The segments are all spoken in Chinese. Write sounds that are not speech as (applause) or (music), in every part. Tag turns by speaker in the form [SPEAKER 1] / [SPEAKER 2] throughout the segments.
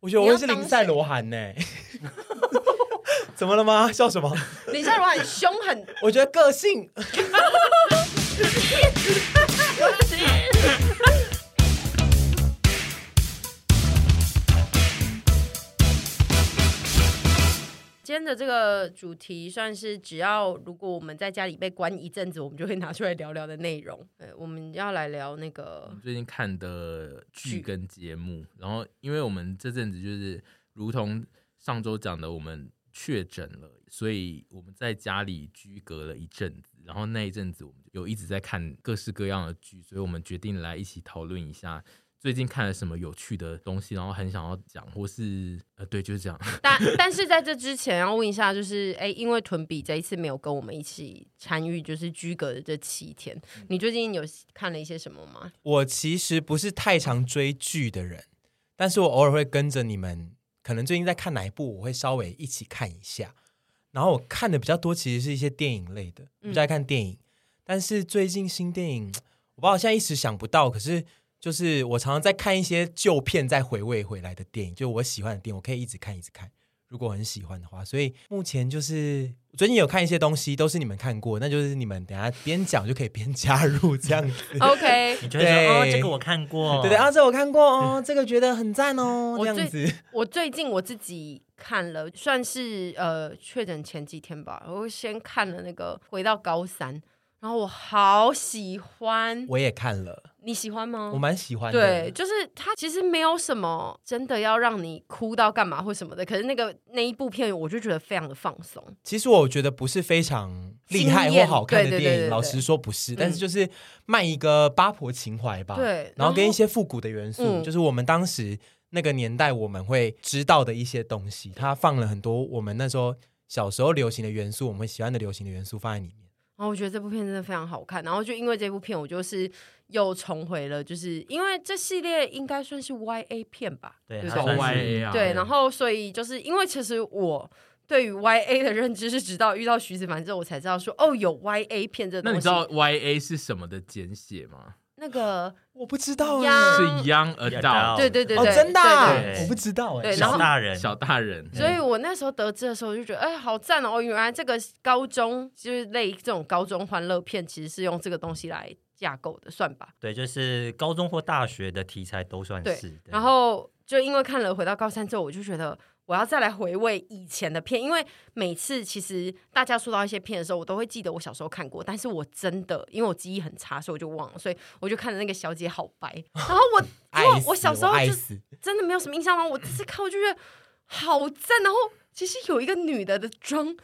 [SPEAKER 1] 我觉得我会是林赛罗韩呢、 (laughs) 怎么了吗？笑什么？
[SPEAKER 2] (laughs)
[SPEAKER 3] 李善如很凶很，
[SPEAKER 1] 我觉得个性，
[SPEAKER 3] 今天的这个主题算是只要如果我们在家里被关一阵子，我们就会拿出来聊聊的内容。 (laughs) 呃，我们要来聊那
[SPEAKER 4] 我
[SPEAKER 2] (laughs)
[SPEAKER 3] 个
[SPEAKER 4] 们最近看的
[SPEAKER 3] 剧
[SPEAKER 4] 剧跟节目，然后因为我们这阵子就是如同上周讲的，我们确诊了，所以我们在家里居隔了一阵子，然后那一阵子我们有一直在看各式各样的剧，所以我们决定来一起讨论一下。最近看了什么有趣的东西，然后很想要讲，或是呃，对，就是这样。
[SPEAKER 3] 但但是在这之前要问一下，就是哎、因为屯比这一次没有跟我们一起参与，就是居隔的这七天，
[SPEAKER 2] 嗯
[SPEAKER 3] 你最近有看了一些什么
[SPEAKER 2] (laughs)
[SPEAKER 3] 吗？
[SPEAKER 1] 我其实不是太常追剧的人，但是我偶尔会跟着你们，可能最近在看哪一部，我会稍微一起看一下。然后我看的比较多，其实是一些电影类的，比较爱看电影。但是最近新电影，我不知道，我现在一时想不到。可是就是我常常在看一些旧片，再回味回来的电影，就我喜欢的电影，我可以一直看一直看。如果我很喜欢的话，所以目前就是最近有看一些东西，都是你们看过，那就是你们等一下边讲就可以边加入这样子。
[SPEAKER 3] OK，
[SPEAKER 2] 你就会说哦，
[SPEAKER 1] 对
[SPEAKER 2] (laughs) 这个我看过，
[SPEAKER 1] 对对啊，这我看过哦，这个觉得很赞哦，
[SPEAKER 3] 嗯
[SPEAKER 1] 这
[SPEAKER 3] 我
[SPEAKER 1] 样
[SPEAKER 3] 最 (laughs)
[SPEAKER 1] 子。
[SPEAKER 3] 我最近我自己看了，算是呃确诊前几天吧，我先看了那个《回到高三》，然后我好喜欢，
[SPEAKER 1] 我也看了，
[SPEAKER 3] 你喜欢吗
[SPEAKER 1] 我？蛮喜欢的。
[SPEAKER 3] 对，，就是它其实没有什么真的要让你哭到干嘛或什么的，可是那个那一部片我就觉得非常的放松，
[SPEAKER 1] 其实我觉得不是非常厉害
[SPEAKER 3] 惊
[SPEAKER 1] 或
[SPEAKER 3] 艳
[SPEAKER 1] 好看的
[SPEAKER 3] 对对对
[SPEAKER 1] 电
[SPEAKER 3] 对
[SPEAKER 1] 影，
[SPEAKER 3] 对
[SPEAKER 1] 老实说不是，
[SPEAKER 3] 嗯
[SPEAKER 1] 但是就是卖一个八婆情怀吧。
[SPEAKER 3] 对
[SPEAKER 1] 啊然后跟
[SPEAKER 3] 然后
[SPEAKER 1] 一些复古的元素，
[SPEAKER 3] 嗯
[SPEAKER 1] 就是我们当时那个年代我们会知道的一些东西，它放了很多我们那时候小时候流行的元素，我们喜欢的流行的元素放在里面。
[SPEAKER 3] 然后我觉得这部片真的非常好看，然后就因为这部片，我就是又重回了，就是因为这系列应该算是 Y A 片吧，
[SPEAKER 2] 对
[SPEAKER 3] 不
[SPEAKER 2] 它算是
[SPEAKER 4] YA 啊
[SPEAKER 3] 对，然后所以就是因为其实我对于 Y A 的认知是，直到遇到徐子凡之后，我才知道说哦有 Y A 片这东
[SPEAKER 4] 那
[SPEAKER 3] 西。
[SPEAKER 4] 你知道 Y A 是什么的简写吗？
[SPEAKER 3] 那个
[SPEAKER 1] 我不知道哎、
[SPEAKER 3] 呀
[SPEAKER 4] 是
[SPEAKER 3] Young
[SPEAKER 4] Young
[SPEAKER 2] Adult
[SPEAKER 4] Adult，
[SPEAKER 3] 对对对
[SPEAKER 1] 哦，
[SPEAKER 3] 对，
[SPEAKER 1] 真的啊、
[SPEAKER 3] 对对
[SPEAKER 2] 对
[SPEAKER 1] 我不知道哎、
[SPEAKER 3] 对然后
[SPEAKER 2] 小大人，
[SPEAKER 4] 小大人。
[SPEAKER 3] 所
[SPEAKER 1] 嗯
[SPEAKER 3] 以我那时候得知的时候，我就觉得，哎，好赞哦！原来这个高中就是类这种高中欢乐片，其实是用这个东西来架构的，算吧。
[SPEAKER 2] 对，就是高中或大学的题材都算
[SPEAKER 3] 对
[SPEAKER 2] 是。对
[SPEAKER 3] 然后就因为看了《回到高三》之后，我就觉得我要再来回味以前的片，因为每次其实大家说到一些片的时候，我都会记得我小时候看过，但是我真的因为我记忆很差，所以我就忘了，所以我就看了那个《小姐好白》，然后我
[SPEAKER 1] (laughs) 爱
[SPEAKER 3] 因为
[SPEAKER 1] 死
[SPEAKER 3] 我小时候
[SPEAKER 1] 爱
[SPEAKER 3] 就
[SPEAKER 1] 死
[SPEAKER 3] 真的没有什么印象吗？我这次看我就觉得好赞，然后其实有一个女的的妆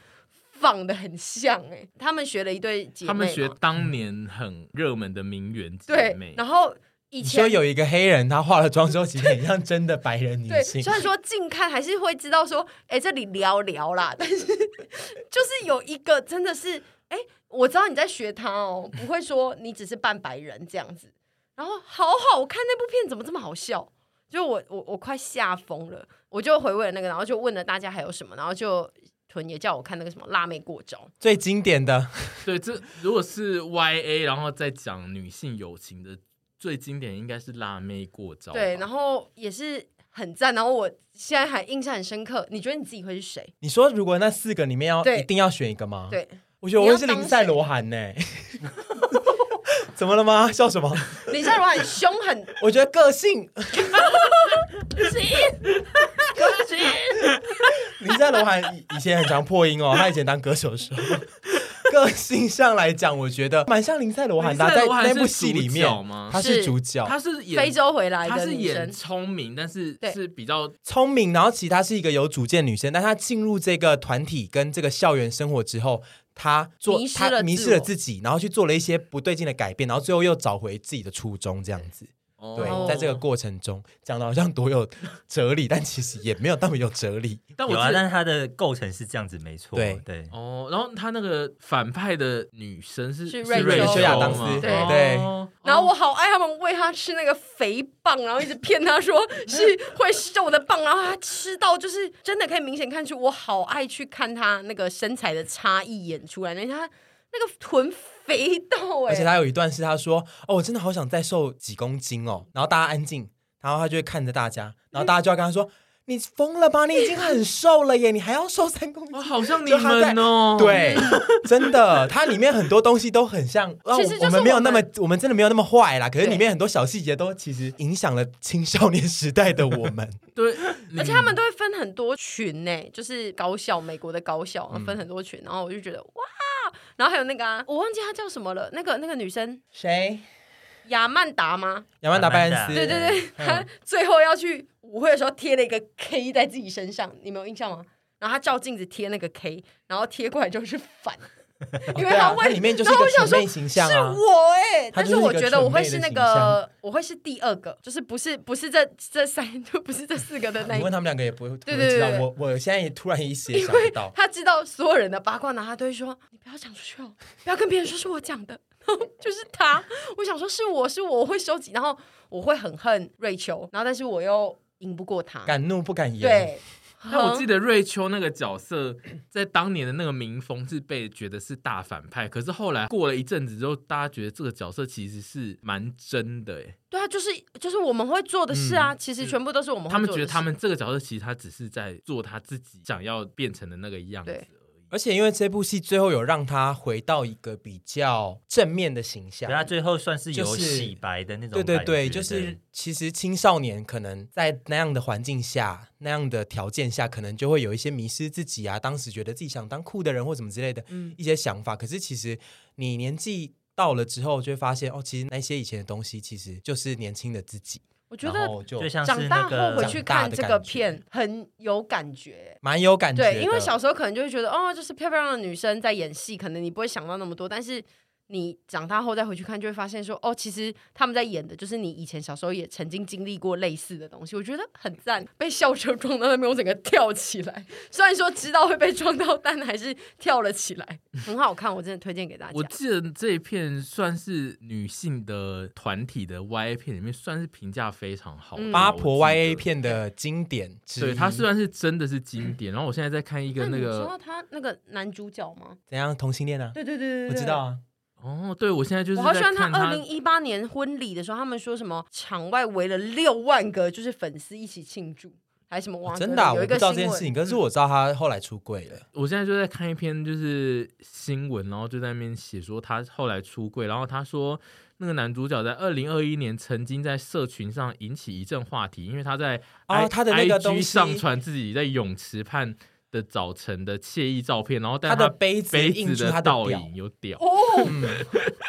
[SPEAKER 3] 仿的很像哎、欸，他们学了一对姐妹嘛，
[SPEAKER 4] 他们学当年很热门的名媛姐
[SPEAKER 3] 对
[SPEAKER 4] 妹，，
[SPEAKER 3] 然后以
[SPEAKER 1] 你说
[SPEAKER 3] 前
[SPEAKER 1] 有一个黑人，他化了妆之后，其实很像真的白人女
[SPEAKER 3] 对，
[SPEAKER 1] 性
[SPEAKER 3] 虽。然说近看还是会知道说，哎、这里聊聊啦， (laughs) 但是就是有一个真的是，哎、我知道你在学他哦，不会说你只是扮白人这样子。然后好好看那部片怎么这么好笑？就我我我快吓疯了，我就回味了那个，然后就问了大家还有什么，然后就屯也叫我看那个什么辣妹过招，
[SPEAKER 1] 最经典的，
[SPEAKER 4] 对，这如果是 Y A，然后再讲女性友情的最经典，应该是辣妹过招吧。
[SPEAKER 3] 对，然后也是很赞，然后我现在还印象很深刻。你觉得你自己会是谁？
[SPEAKER 1] 你说如果那四个里面要
[SPEAKER 3] 对
[SPEAKER 1] 一定要选一个吗？，
[SPEAKER 3] 对，
[SPEAKER 1] 我觉得我会是林赛罗韩呢、怎么了吗？笑什么？
[SPEAKER 3] 李善如很凶很 (laughs)
[SPEAKER 1] 我觉得个性，林赛罗
[SPEAKER 3] (laughs)
[SPEAKER 1] 韩以以前很常破音哦，他以前当歌手的时候，个性上来讲，我觉得蛮像林赛罗韩的啊，
[SPEAKER 4] 林赛
[SPEAKER 1] 在
[SPEAKER 4] 罗韩
[SPEAKER 1] 那
[SPEAKER 4] 是
[SPEAKER 1] 部戏里
[SPEAKER 4] 主角
[SPEAKER 1] 面
[SPEAKER 4] 吗，
[SPEAKER 1] 他是
[SPEAKER 3] 是
[SPEAKER 1] 主角，
[SPEAKER 4] 她是演
[SPEAKER 3] 非洲回来
[SPEAKER 4] 她
[SPEAKER 3] 的
[SPEAKER 4] 是
[SPEAKER 3] 女
[SPEAKER 4] 演
[SPEAKER 3] 生，
[SPEAKER 4] 聪明，但是
[SPEAKER 3] 对
[SPEAKER 4] 是比较
[SPEAKER 1] 聪明，然后其实她是一个有主见的女生，但她进入这个团体跟这个校园生活之后，她做
[SPEAKER 3] 迷失了
[SPEAKER 1] 她
[SPEAKER 3] 自
[SPEAKER 1] 迷失了
[SPEAKER 3] 我
[SPEAKER 1] 自己，然后去做了一些不对劲的改变，然后最后又找回自己的初衷，这样子。对，
[SPEAKER 4] 哦
[SPEAKER 1] 在这个过程中讲的好像多有哲理，但其实也没有那么有哲
[SPEAKER 3] (laughs)
[SPEAKER 1] 理。
[SPEAKER 4] 但我
[SPEAKER 2] 有啊，
[SPEAKER 4] 记得
[SPEAKER 2] 但是它的构成是这样子，没错。
[SPEAKER 1] 对
[SPEAKER 2] 对，
[SPEAKER 4] 哦，然后她那个反派的女生是
[SPEAKER 3] 是
[SPEAKER 4] 是
[SPEAKER 3] 瑞
[SPEAKER 4] 瑞
[SPEAKER 3] 秋
[SPEAKER 4] 秋
[SPEAKER 3] 亚
[SPEAKER 1] 当斯
[SPEAKER 4] 吗
[SPEAKER 1] 对
[SPEAKER 4] 哦
[SPEAKER 1] 对
[SPEAKER 3] 然后我好爱他们喂他吃那个肥棒，然后一直骗他说
[SPEAKER 4] (laughs)
[SPEAKER 3] 是会瘦的棒，然后他吃到就是真的可以明显看出，我好爱去看他那个身材的差异演出来，那他那个臀肥到哎、
[SPEAKER 1] 而且他有一段是他说：“哦，我真的
[SPEAKER 3] (laughs)
[SPEAKER 1] 好想再瘦几公斤哦。”然后大家安静，然后他就会看着大家，然后大家就要跟他说：“你疯了吧？你已经很瘦了耶，你还要瘦三公斤
[SPEAKER 4] 我？哦好像你
[SPEAKER 1] 就他在
[SPEAKER 4] 们哦，，
[SPEAKER 3] (laughs)
[SPEAKER 1] 对，真的，它里面很多东西都很像。啊
[SPEAKER 3] 其实就是
[SPEAKER 1] 我们没有那么
[SPEAKER 3] 我，
[SPEAKER 1] 我们真的没有那么坏啦。可是
[SPEAKER 3] 对
[SPEAKER 1] 里面很多小细节都其实影响了青少年时代的我
[SPEAKER 3] (laughs)
[SPEAKER 1] 们。
[SPEAKER 4] 对，
[SPEAKER 3] 而
[SPEAKER 4] 嗯
[SPEAKER 3] 且他们都会分很多群呢、就是高校，美国的高校
[SPEAKER 1] 嗯
[SPEAKER 3] 分很多群，然后我就觉得哇，然后还有那个、啊、我忘记她叫什么了，那个那个女生
[SPEAKER 1] 谁？
[SPEAKER 3] 亚曼达吗？
[SPEAKER 1] 亚曼达·拜恩斯。
[SPEAKER 3] 对对对，
[SPEAKER 1] 嗯
[SPEAKER 3] 她最后要去舞会的时候贴了一个 K 在自己身上，你们有印象吗？然后她照镜子贴那个 K，然后贴过来就是反，因为
[SPEAKER 1] 对啊
[SPEAKER 3] 她，
[SPEAKER 1] 它
[SPEAKER 3] 问
[SPEAKER 1] 里面就是
[SPEAKER 3] 然
[SPEAKER 1] 一
[SPEAKER 3] 后我
[SPEAKER 1] 个
[SPEAKER 3] 想
[SPEAKER 1] 姐
[SPEAKER 3] 说
[SPEAKER 1] 妹形象
[SPEAKER 3] 是
[SPEAKER 1] 啊。
[SPEAKER 3] 我哎、
[SPEAKER 1] 她
[SPEAKER 3] 但
[SPEAKER 1] 就是
[SPEAKER 3] 是
[SPEAKER 1] 一个
[SPEAKER 3] 我觉得我会
[SPEAKER 1] 蠢
[SPEAKER 3] 是
[SPEAKER 1] 妹的
[SPEAKER 3] 那
[SPEAKER 1] 形
[SPEAKER 3] 个，我会是第二个，就是不是不是这这三，就不是这四个的那一
[SPEAKER 1] 你 (laughs)
[SPEAKER 3] 个
[SPEAKER 1] 问。他们两个也不会不
[SPEAKER 3] 对
[SPEAKER 1] 会
[SPEAKER 3] 对
[SPEAKER 1] 知道
[SPEAKER 3] 对，对
[SPEAKER 1] 我我现在也突然一时也
[SPEAKER 3] 因
[SPEAKER 1] 想不
[SPEAKER 3] 为
[SPEAKER 1] 到。
[SPEAKER 3] 他知道所有人的八卦，然后他都会说：“你不要讲出去哦，不要跟别人说是我讲的。” (laughs) 就是他，我想说是我是我，我会收集，然后我会很恨瑞秋，然后但是我又赢不过他，
[SPEAKER 1] 敢怒不敢言。，
[SPEAKER 3] 对。
[SPEAKER 4] 但我记
[SPEAKER 3] 得
[SPEAKER 4] 得瑞秋那个角色在当年的那个民风是被觉得是大反派，可是后来过了一阵子之后，大家觉得这个角色其实是蛮真的欸诶。
[SPEAKER 3] 对啊，就是就是我们会做的事啊，其实全部都是我们会
[SPEAKER 4] 他们
[SPEAKER 3] 做
[SPEAKER 4] 觉
[SPEAKER 3] 的
[SPEAKER 4] 得他
[SPEAKER 3] 事
[SPEAKER 4] 们这个角色其实他只是在做他自己想要变成的那个样子而
[SPEAKER 3] 对
[SPEAKER 4] 已。
[SPEAKER 1] 而且因为这部戏最后有让他回到一个比较正面的形象
[SPEAKER 2] 对，。他最后算是有
[SPEAKER 1] 就是
[SPEAKER 2] 洗白的那种
[SPEAKER 1] 对
[SPEAKER 2] 感觉。
[SPEAKER 1] 对对，就是其实青少年可能在那样的环境下、那样的条件下，可能就会有一些迷失自己啊，当时觉得自己想当酷的人或什么之类的
[SPEAKER 3] 嗯，
[SPEAKER 1] 一些想法。可是其实你年纪到了之后，就会发现哦，其实那些以前的东西，其实就是年轻的自己。
[SPEAKER 3] 我觉
[SPEAKER 1] 然
[SPEAKER 3] 得
[SPEAKER 1] 后就
[SPEAKER 2] 就像是
[SPEAKER 3] 长大
[SPEAKER 2] 那
[SPEAKER 3] 后回
[SPEAKER 2] 个
[SPEAKER 3] 去
[SPEAKER 1] 长大
[SPEAKER 3] 看
[SPEAKER 1] 的
[SPEAKER 3] 这个
[SPEAKER 1] 感觉
[SPEAKER 3] 片很有感觉。
[SPEAKER 1] 蛮有感觉的。
[SPEAKER 3] 对，因为小时候可能就会觉得，哦，就是漂漂亮亮的女生在演戏，可能你不会想到那么多。但是你长大后再回去看，就会发现说，哦，其实他们在演的就是你以前小时候也曾经经历过类似的东西。我觉得很赞，被校车撞到那边，我整个跳起来。虽然说知道会被撞到，但还是跳了起来，很好看，我真的推荐给大
[SPEAKER 4] 我
[SPEAKER 3] 家。
[SPEAKER 4] 记得这一片算是女性的团体的 YA 片里面，算是评价非常好的。
[SPEAKER 3] 嗯
[SPEAKER 1] 八
[SPEAKER 4] 我
[SPEAKER 1] 婆
[SPEAKER 4] 记得
[SPEAKER 1] YA，片的经典之一，
[SPEAKER 4] 对它虽然是真的是经典，然后我现在在看一个那
[SPEAKER 3] 你知
[SPEAKER 4] 个
[SPEAKER 3] 道他那个男主角吗？
[SPEAKER 1] 怎样同性恋啊？
[SPEAKER 3] 对对对对对，
[SPEAKER 1] 我知道。啊，
[SPEAKER 4] 哦，对我现在就是
[SPEAKER 3] 我好
[SPEAKER 4] 在
[SPEAKER 3] 喜欢他
[SPEAKER 4] 看
[SPEAKER 3] 二零一八年婚礼的时候，他们说什么场外围了六万个就是粉丝一起庆祝，还是什么哇、
[SPEAKER 1] 真的啊、
[SPEAKER 3] 有
[SPEAKER 1] 我
[SPEAKER 3] 一
[SPEAKER 1] 不
[SPEAKER 3] 个
[SPEAKER 1] 知道这
[SPEAKER 3] 新
[SPEAKER 1] 件
[SPEAKER 3] 闻嗯
[SPEAKER 1] 事情，可是我知道他后来出柜了。
[SPEAKER 4] 我现在就在看一篇就是新闻，然后就在那边写说他后来出柜，然后他说那个男主角在二零二一年曾经在社群上引起一阵话题，因为他在 I、
[SPEAKER 1] 哦他的那个东西
[SPEAKER 4] IG 上传自己在泳池畔的早晨的惬意照片，然后但
[SPEAKER 1] 他的杯子
[SPEAKER 4] 杯
[SPEAKER 1] 印
[SPEAKER 4] 子
[SPEAKER 1] 出他的
[SPEAKER 4] 倒
[SPEAKER 1] 屌
[SPEAKER 4] 影有屌，
[SPEAKER 3] 哦，
[SPEAKER 1] 嗯，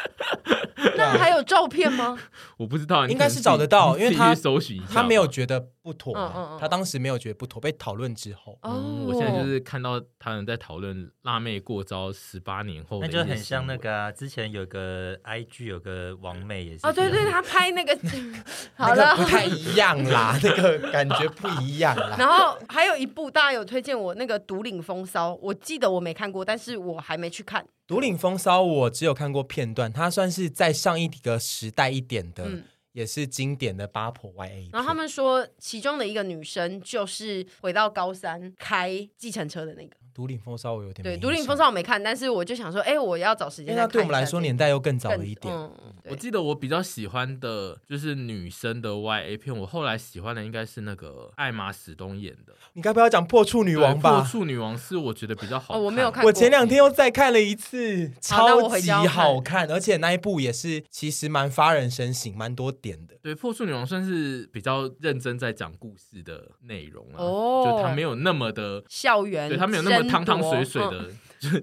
[SPEAKER 3] (laughs) 那还有照片吗？
[SPEAKER 4] 我不知道，你
[SPEAKER 1] 应该
[SPEAKER 4] 可能
[SPEAKER 1] 是找得到
[SPEAKER 4] 自己
[SPEAKER 1] 因为他
[SPEAKER 4] 自己去搜寻一下吧，
[SPEAKER 1] 他没有觉得不妥啊、
[SPEAKER 3] 嗯嗯嗯
[SPEAKER 1] 他当时没有觉得不妥，被讨论之后，
[SPEAKER 3] 哦
[SPEAKER 4] 嗯，，我现在就是看到他们在讨论辣妹过招十八年后的
[SPEAKER 2] 那
[SPEAKER 4] 一些新
[SPEAKER 2] 就
[SPEAKER 4] 闻，
[SPEAKER 2] 很像那个啊，之前有个 IG 有个王妹也是
[SPEAKER 3] 哦，对
[SPEAKER 2] 这样
[SPEAKER 3] 对，他拍
[SPEAKER 1] (laughs)
[SPEAKER 3] 那个 (laughs) 好
[SPEAKER 1] 那个不
[SPEAKER 3] 了。
[SPEAKER 1] 太一样啦，那个感觉不一样啦。
[SPEAKER 3] 然后还有一部大家有推荐我那个《独领风骚》，我记得我没看过，但是我还没去看。
[SPEAKER 1] 独领风骚我只有看过片段，它算是在上一个时代一点的，
[SPEAKER 3] 嗯
[SPEAKER 1] 也是经典的八婆 YA 片。
[SPEAKER 3] 然后他们说，其中的一个女生就是回到高三开计程车的那个。
[SPEAKER 1] 独领风骚我有点
[SPEAKER 3] 对，《
[SPEAKER 1] 没
[SPEAKER 3] 独领
[SPEAKER 1] 印
[SPEAKER 3] 风
[SPEAKER 1] 象，
[SPEAKER 3] 骚》我没看，但是我就想说，哎，我要找时
[SPEAKER 1] 因为
[SPEAKER 3] 间
[SPEAKER 1] 它
[SPEAKER 3] 再
[SPEAKER 1] 对
[SPEAKER 3] 看一下这个。
[SPEAKER 1] 我们来说年代又更早了
[SPEAKER 3] 更
[SPEAKER 1] 一点。
[SPEAKER 3] 嗯，对
[SPEAKER 4] 我记得我比较喜欢的就是女生的 YA 片，我后来喜欢的应该是那个艾玛史东演的《
[SPEAKER 1] 你该不要讲破处女
[SPEAKER 4] 女
[SPEAKER 1] 王吧？
[SPEAKER 4] 处女王》是我觉得比较好
[SPEAKER 3] 哦我没有看
[SPEAKER 1] 我
[SPEAKER 3] 过
[SPEAKER 1] 前两天又再看了一次，
[SPEAKER 3] 好那我
[SPEAKER 1] 超
[SPEAKER 3] 回
[SPEAKER 1] 级
[SPEAKER 3] 家要看
[SPEAKER 1] 好看，而且那一部也是其实蛮发人深省，蛮多点的。
[SPEAKER 4] 对，《破处女王》算是比较认真在讲故事的内容啊，
[SPEAKER 3] 哦
[SPEAKER 4] 就他没有那么的，
[SPEAKER 3] 校园
[SPEAKER 4] 对他没有那么汤汤水水
[SPEAKER 3] 争
[SPEAKER 4] 的，
[SPEAKER 3] 夺，嗯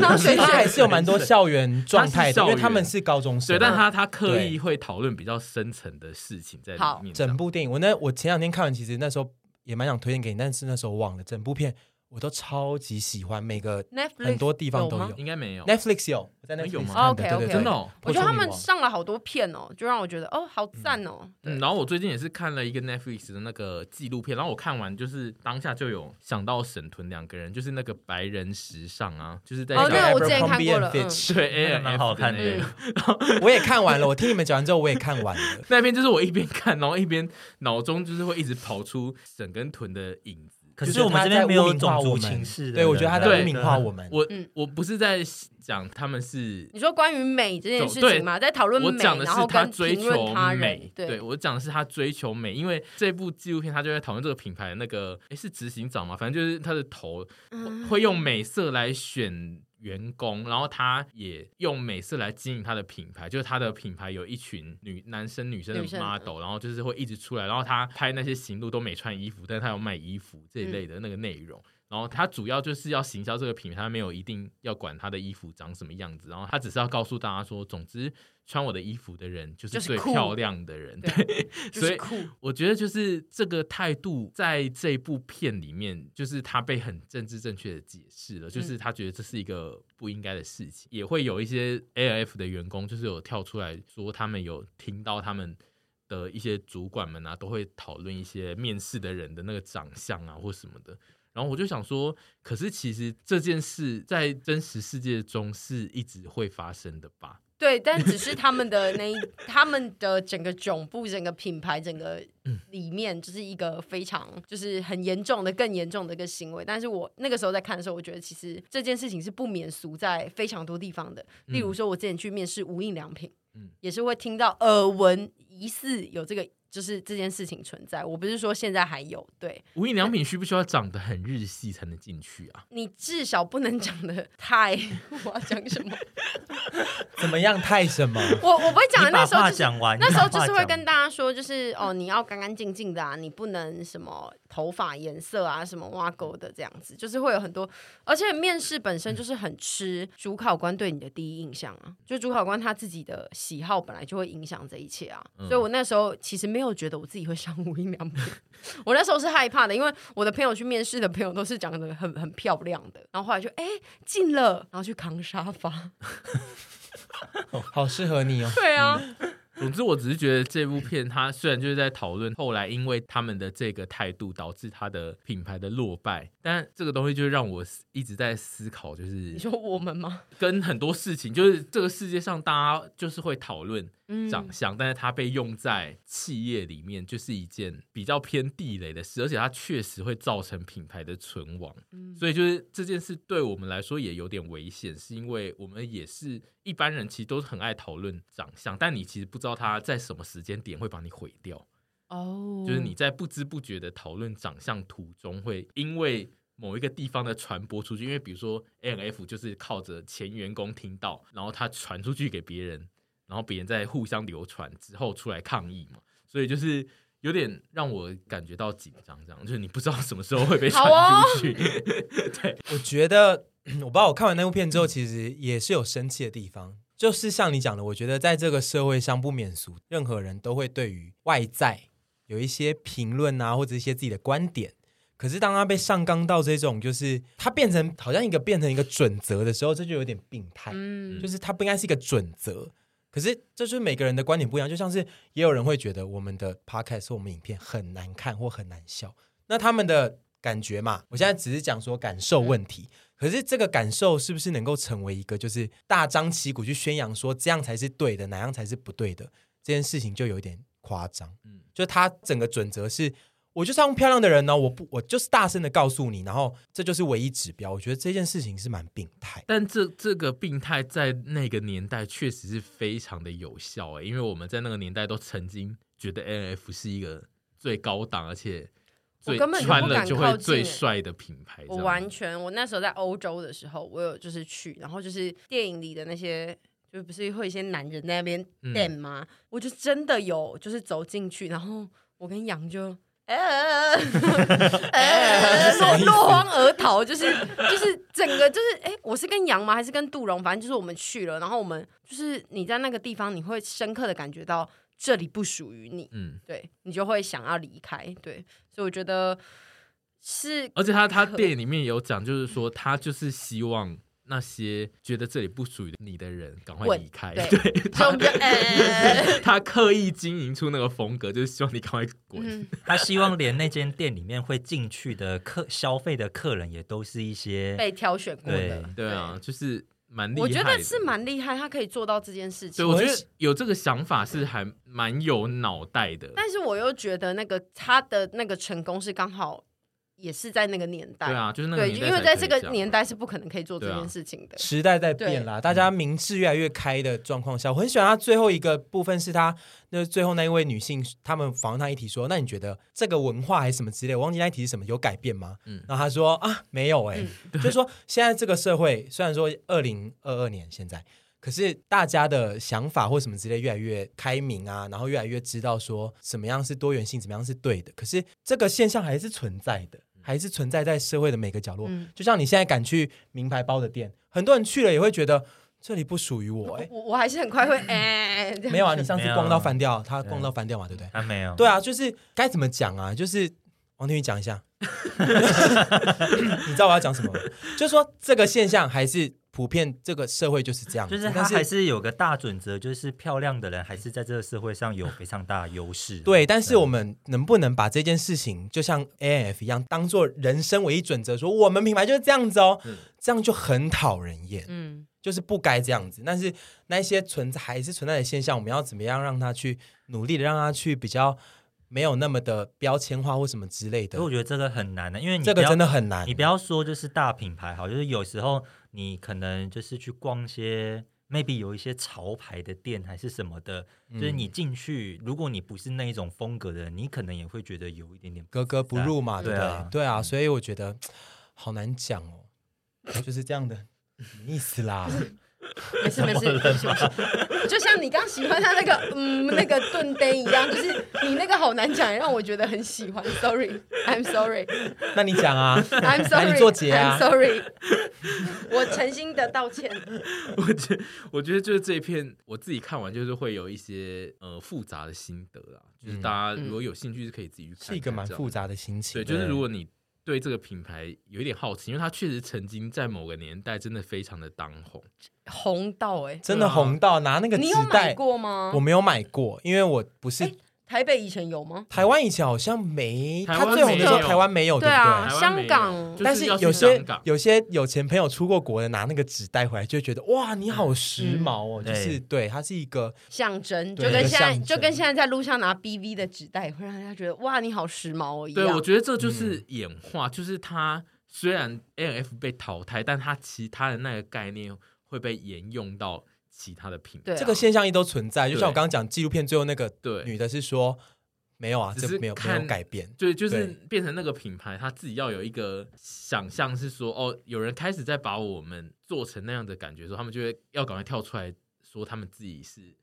[SPEAKER 1] (laughs)
[SPEAKER 3] 汤水
[SPEAKER 1] 他还
[SPEAKER 3] 水。
[SPEAKER 1] 是有蛮多校园状态的，
[SPEAKER 4] 他是校
[SPEAKER 1] 因
[SPEAKER 4] 园嗯
[SPEAKER 1] 为他们是高中
[SPEAKER 4] 对，
[SPEAKER 1] 生。
[SPEAKER 4] 但他他刻
[SPEAKER 1] 对
[SPEAKER 4] 意会讨论比较深层的事情在里
[SPEAKER 3] 好
[SPEAKER 4] 面这样。
[SPEAKER 1] 整部电影，我那我前两天看完，其实那时候也蛮想推荐给你，但是那时候忘了。整部片我都超级喜欢，每个
[SPEAKER 3] Netflix
[SPEAKER 1] 很多地方都
[SPEAKER 3] 有吗
[SPEAKER 1] 有。
[SPEAKER 4] 应该没有，
[SPEAKER 1] Netflix 有，我在
[SPEAKER 4] 哎
[SPEAKER 1] Netflix
[SPEAKER 4] 有
[SPEAKER 1] 看
[SPEAKER 4] 吗
[SPEAKER 1] 的，
[SPEAKER 3] 哦，OK，OK，
[SPEAKER 1] 对对对，
[SPEAKER 4] 真的哦、
[SPEAKER 3] 我觉得他们
[SPEAKER 1] 破处女王
[SPEAKER 3] 上了好多片哦，就让我觉得哦，好赞哦。
[SPEAKER 4] 嗯，然后我最近也是看了一个 Netflix 的那个纪录片，然后我看完就是当下就有想到沈屯两个人，就是那个白人时尚啊，就是在
[SPEAKER 3] 哦
[SPEAKER 4] 讲
[SPEAKER 3] 那个我之前看过了
[SPEAKER 1] Abercrombie and Fitch (laughs)
[SPEAKER 4] 对 A
[SPEAKER 2] 那个
[SPEAKER 4] F
[SPEAKER 2] 蛮好看的
[SPEAKER 4] 那
[SPEAKER 2] 对
[SPEAKER 4] 个 (laughs)
[SPEAKER 3] 嗯，
[SPEAKER 1] 我也看完了，我听你们讲完之后我也看完了。
[SPEAKER 4] 那边就是我一边看，然后一边脑中就是会一直跑出沈跟屯的影子，
[SPEAKER 2] 可
[SPEAKER 1] 就是
[SPEAKER 2] 我们
[SPEAKER 1] 他
[SPEAKER 2] 这
[SPEAKER 1] 在
[SPEAKER 2] 边没
[SPEAKER 1] 污
[SPEAKER 2] 有
[SPEAKER 1] 名化
[SPEAKER 2] 种
[SPEAKER 1] 我
[SPEAKER 2] 族
[SPEAKER 1] 们
[SPEAKER 2] 歧视的，
[SPEAKER 1] 对我觉得他在
[SPEAKER 4] 对
[SPEAKER 1] 污名化我们。
[SPEAKER 4] 我、
[SPEAKER 3] 嗯
[SPEAKER 4] 我不是在讲他们是
[SPEAKER 3] 你说关于美这件事情嘛，在讨论
[SPEAKER 4] 我
[SPEAKER 3] 美，
[SPEAKER 4] 讲的
[SPEAKER 3] 然
[SPEAKER 4] 是
[SPEAKER 3] 后
[SPEAKER 4] 他
[SPEAKER 3] 跟
[SPEAKER 4] 追
[SPEAKER 3] 评
[SPEAKER 4] 求
[SPEAKER 3] 论他人
[SPEAKER 4] 美，，
[SPEAKER 3] 对，
[SPEAKER 4] 我讲的是他追求美，因为这部纪录片他就在讨论这个品牌的那个，诶，是执行长嘛，反正就是他的头
[SPEAKER 3] 啊
[SPEAKER 4] 会会用美色来选。员工，然后他也用美色来经营他的品牌，就是他的品牌有一群女男生女生的
[SPEAKER 3] 女生
[SPEAKER 4] model，然后就是会一直出来，然后他拍那些行路都没穿衣服，但是他有卖衣服这一类的那个内容。然后他主要就是要行销这个品牌，他没有一定要管他的衣服长什么样子，然后他只是要告诉大家说，总之穿我的衣服的人就是
[SPEAKER 3] 就是
[SPEAKER 4] 最
[SPEAKER 3] 酷
[SPEAKER 4] 漂亮的人。
[SPEAKER 3] 对
[SPEAKER 4] 对，
[SPEAKER 3] 嗯就
[SPEAKER 4] 所
[SPEAKER 3] 是
[SPEAKER 4] 以
[SPEAKER 3] 酷，
[SPEAKER 4] 我觉得就是这个态度在这部片里面，就是他被很政治正确的解释了，就是他觉得这是一个不应该的事情，也会有一些 A F 的员工就是有跳出来说，他们有听到他们。的一些主管们啊，都会讨论一些面试的人的那个长相啊，或什么的。然后我就想说，可是其实这件事在真实世界中是一直会发生的吧？
[SPEAKER 3] 对，但只是他们的那一他们的整个总部、整个品牌、整个里面，就是一个非常就是很严重的、更严重的一个行为。但是我那个时候在看的时候，我觉得其实这件事情是不免俗在非常多地方的。例
[SPEAKER 2] 嗯
[SPEAKER 3] 如说，我之前去面试无印良品，
[SPEAKER 4] 嗯
[SPEAKER 3] 也是会听到耳闻疑似有这个。就是这件事情存在，我不是说现在还有，对
[SPEAKER 4] 无印良品需不需要长得很日系才能进去啊？
[SPEAKER 3] 你至少不能讲的太， (laughs) 我要讲什么？
[SPEAKER 1] 怎么样太什么？
[SPEAKER 3] 我我不会讲的，
[SPEAKER 2] 你把
[SPEAKER 3] 那时候
[SPEAKER 2] 话
[SPEAKER 3] 就是
[SPEAKER 2] 讲完，
[SPEAKER 3] 那时候
[SPEAKER 2] 你把
[SPEAKER 3] 就
[SPEAKER 2] 话
[SPEAKER 3] 是会
[SPEAKER 2] 讲
[SPEAKER 3] 跟大家说，就是哦，你要干干净净的啊，你不能什么头发颜色啊，什么挖沟的这样子，就是会有很多，而且面试本身就是很吃主考官对你的第一印象啊，就主考官他自己的喜好本来就会影响这一切啊，所以我那时候其实没有觉得我自己会上无印良品， (laughs) 我那时候是害怕的，因为我的朋友去面试的朋友都是讲的很很漂亮的，然后后来就哎进了，然后去扛沙发，
[SPEAKER 1] 好适合你哦。
[SPEAKER 3] 对啊，
[SPEAKER 4] 总之，我只是觉得这部片，它虽然就是在讨论后来因为他们的这个态度导致它的品牌的落败，但这个东西就让我一直在思考，就是
[SPEAKER 3] 你说我们吗？
[SPEAKER 4] 跟很多事情，就是这个世界上大家就是会讨论
[SPEAKER 3] 嗯
[SPEAKER 4] 长相，但是它被用在企业里面，就是一件比较偏地雷的事，而且它确实会造成品牌的存亡。所以就是这件事对我们来说也有点危险，是因为我们也是一般人，其实都很爱讨论长相，但你其实不知道它在什么时间点会把你毁掉，
[SPEAKER 3] 哦，
[SPEAKER 4] 就是你在不知不觉的讨论长相途中，会因为。某一个地方的传播出去，因为比如说 N F 就是靠着前员工听到，然后他传出去给别人，然后别人再互相流传之后出来抗议嘛，所以就是有点让我感觉到紧张，这样就是你不知道什么时候会被传
[SPEAKER 3] 好哦
[SPEAKER 4] 出去。
[SPEAKER 1] 我觉得， (clears throat) 我不知道我看完那部片之后，其实也是有生气的地方，就是像你讲的，我觉得在这个社会上不免俗，任何人都会对于外在有一些评论啊，或者一些自己的观点。可是当他被上纲到这种，就是他变成好像一个变成一个准则的时候，这就有点病态。
[SPEAKER 3] 嗯
[SPEAKER 1] 就是它不应该是一个准则。可是这就是每个人的观点不一样，就像是也有人会觉得我们的 podcast 或我们影片很难看或很难笑，那他们的感觉嘛，我现在只是讲说感受问题。可是这个感受是不是能够成为一个就是大张旗鼓去宣扬说这样才是对的，哪样才是不对的这件事情，就有点夸张。嗯
[SPEAKER 4] 嗯，
[SPEAKER 1] 就它整个准则是，我就是要用漂亮的人呢、哦我不我就是大声的告诉你，然后这就是唯一指标。我觉得这件事情是蛮病态。
[SPEAKER 4] 但这这个病态在那个年代确实是非常的有效诶、因为我们在那个年代都曾经觉得 N F 是一个最高档，而且最
[SPEAKER 3] 我根本就不
[SPEAKER 4] 穿
[SPEAKER 3] 敢
[SPEAKER 4] 了就
[SPEAKER 3] 靠
[SPEAKER 4] 会
[SPEAKER 3] 近欸
[SPEAKER 4] 最帅的品牌。
[SPEAKER 3] 我完，全，我那时候在欧洲的时候，我有就是去，然后就是电影里的那些，就不是会有一些男人在那边
[SPEAKER 4] 嗯
[SPEAKER 3] 电吗？我就真的有，就是走进去，然后我跟杨就。呃，呃落落荒而逃，就是就是整个就是，哎、我是跟杨吗？还是跟杜荣？反正就是我们去了，然后我们就是你在那个地方，你会深刻的感觉到这里不属于你，
[SPEAKER 4] 嗯，
[SPEAKER 3] 对你就会想要离开，对，所以我觉得是
[SPEAKER 4] 而且他他电影里面有讲，就是说他就是希望那些觉得这里不属于你的人赶快
[SPEAKER 3] 滚
[SPEAKER 4] 离开，
[SPEAKER 3] 对
[SPEAKER 4] (laughs) 对
[SPEAKER 3] 所以我
[SPEAKER 4] 他
[SPEAKER 3] 们就呃，
[SPEAKER 4] 他刻意经营出那个风格，就是希望你赶快滚。
[SPEAKER 3] 嗯，
[SPEAKER 2] 他希望连那间店里面会进去的客消费的客人也都是一些
[SPEAKER 3] 被挑选过的，
[SPEAKER 4] 对啊，就是蛮厉
[SPEAKER 3] 对。
[SPEAKER 4] 害的。
[SPEAKER 3] 我觉得是蛮厉害，他可以做到这件事
[SPEAKER 4] 对，
[SPEAKER 3] 情。
[SPEAKER 4] 我觉
[SPEAKER 1] 我是
[SPEAKER 4] 得有这个想法是还蛮有脑袋的。
[SPEAKER 3] 但是我又觉得那个他的那个成功是刚好也是在那个年代，
[SPEAKER 4] 对啊，就是那个
[SPEAKER 3] 对，
[SPEAKER 4] 年代
[SPEAKER 3] 因为
[SPEAKER 4] 才
[SPEAKER 3] 在
[SPEAKER 4] 可
[SPEAKER 3] 这
[SPEAKER 4] 以
[SPEAKER 3] 个
[SPEAKER 4] 样
[SPEAKER 3] 年代是不可能可以做这
[SPEAKER 4] 对啊
[SPEAKER 3] 件事情的。
[SPEAKER 1] 时代在变啦，大家民智越来越开的状况下，我很喜欢他最后一个部分是他那最后那一位女性，他们访问他一题说，那你觉得这个文化还是什么之类，我忘记那一题是什么，有改变吗？
[SPEAKER 4] 嗯
[SPEAKER 1] 然后他说啊，没有哎、就是说现在这个社会虽然说二零二二年现在。可是大家的想法或什么之类越来越开明啊，然后越来越知道说什么样是多元性，怎么样是对的。可是这个现象还是存在的，还是存在在社会的每个角落。
[SPEAKER 3] 嗯
[SPEAKER 1] 就像你现在敢去名牌包的店，很多人去了也会觉得这里不属于我、
[SPEAKER 3] (laughs)
[SPEAKER 1] 哎，
[SPEAKER 3] 我我还是很快会哎，这样
[SPEAKER 1] 没有啊，你上次
[SPEAKER 2] 没有啊
[SPEAKER 1] 逛到翻掉，他逛到翻掉嘛，对不对？
[SPEAKER 2] 啊，没有，
[SPEAKER 1] 对啊，就是该怎么讲啊？就是王天宇讲一 (laughs) 下，你知道我要讲什么吗？就是说这个现象还是普遍，这个社会就是这样子，
[SPEAKER 2] 就是他
[SPEAKER 1] 但
[SPEAKER 2] 还是有个大准则，就是漂亮的人还是在这个社会上有非常大的优势。
[SPEAKER 1] 对，但是我们能不能把这件事情，就像 A F 一样，当做人生唯一准则，说我们品牌就是这样子哦，这样就很讨人厌，
[SPEAKER 3] 嗯，
[SPEAKER 1] 就是不该这样子。但是那一些存在还是存在的现象，我们要怎么样让它去努力的让它去比较没有那么的标签化或什么之类的
[SPEAKER 2] 所以，我觉得这个很难的，因为你
[SPEAKER 1] 这个
[SPEAKER 2] 不要
[SPEAKER 1] 真的很难
[SPEAKER 2] 你。不要说就是大品牌好，就是有时候你可能就是去逛一些 maybe 有一些潮牌的店还是什么的，就是你进去，如果你不是那一种风格的人，你可能也会觉得有一点点。
[SPEAKER 1] 格格不入嘛，对
[SPEAKER 2] 对
[SPEAKER 1] 不对？
[SPEAKER 2] 啊
[SPEAKER 1] 对啊，
[SPEAKER 4] 嗯
[SPEAKER 1] 所以我觉得好难讲哦，就是这样的
[SPEAKER 4] (laughs)
[SPEAKER 1] 意思啦。
[SPEAKER 3] 没事没事，没事没事就像你刚喜欢他那个嗯那个盾杯一样，就是你那个好难讲，也让我觉得很喜欢。Sorry，I'm sorry，I'm
[SPEAKER 1] 那你讲啊，
[SPEAKER 4] (laughs)
[SPEAKER 1] 那
[SPEAKER 3] (laughs) sorry，
[SPEAKER 1] 你作结啊
[SPEAKER 3] I'm sorry，我诚心的道歉。
[SPEAKER 4] (laughs) 我觉我觉得就是这一篇，我自己看完就是会有一些呃复杂的心得啦，就是大家
[SPEAKER 3] 嗯
[SPEAKER 4] 如果有兴趣是可以自己去看
[SPEAKER 1] 嗯
[SPEAKER 4] 看
[SPEAKER 1] 是一个蛮
[SPEAKER 4] 这样
[SPEAKER 1] 复杂的心情。
[SPEAKER 4] 对，就是如果你对这个品牌有一点好奇，因为它确实曾经在某个年代真的非常的当红，
[SPEAKER 3] 红到哎、
[SPEAKER 1] 真的红到
[SPEAKER 4] 啊
[SPEAKER 1] 拿那个
[SPEAKER 3] 你
[SPEAKER 1] 纸
[SPEAKER 3] 有买
[SPEAKER 1] 袋，
[SPEAKER 3] 过吗
[SPEAKER 1] 我？没有买过，因为我不是
[SPEAKER 3] 哎台北以前有吗？
[SPEAKER 1] 台湾以前好像没，
[SPEAKER 4] 台
[SPEAKER 1] 它
[SPEAKER 4] 湾
[SPEAKER 1] 最红的时候
[SPEAKER 4] 没有
[SPEAKER 1] 台湾没有，对不
[SPEAKER 3] 啊，
[SPEAKER 1] 对？
[SPEAKER 4] 台湾没
[SPEAKER 3] 香
[SPEAKER 4] 有
[SPEAKER 3] 港
[SPEAKER 4] 就
[SPEAKER 1] 但
[SPEAKER 4] 是
[SPEAKER 1] 是
[SPEAKER 4] 要去
[SPEAKER 1] 有些
[SPEAKER 4] 香港
[SPEAKER 1] 有些有钱朋友出过国的拿那个纸袋回来，就会觉得哇，你好时髦哦！
[SPEAKER 2] 嗯
[SPEAKER 1] 就是
[SPEAKER 2] 对
[SPEAKER 1] 对，它是一个
[SPEAKER 3] 象征，就
[SPEAKER 1] 对
[SPEAKER 3] 跟现在
[SPEAKER 1] 象征
[SPEAKER 3] 就跟现在在路上拿 BV 的纸袋，会让人家觉得哇，你好时髦哦一
[SPEAKER 4] 对，我
[SPEAKER 3] 样。
[SPEAKER 4] 觉得这就是演化，就是它虽然 N F 被淘汰，但它其他的那个概念会被沿用到其他的品牌。
[SPEAKER 3] 对啊
[SPEAKER 1] 这个现象一直都存在。就像我
[SPEAKER 4] 对
[SPEAKER 1] 刚刚讲纪录片最后那个
[SPEAKER 4] 对
[SPEAKER 1] 女的是说没有啊，
[SPEAKER 4] 只
[SPEAKER 1] 这
[SPEAKER 4] 是
[SPEAKER 1] 没有没
[SPEAKER 4] 看
[SPEAKER 1] 有改变。
[SPEAKER 4] 对，就是
[SPEAKER 1] 对
[SPEAKER 4] 变成那个品牌，他自己要有一个想象，是说哦，有人开始在把我们做成那样的感觉的时候，他们就会要赶快跳出来说他们自己是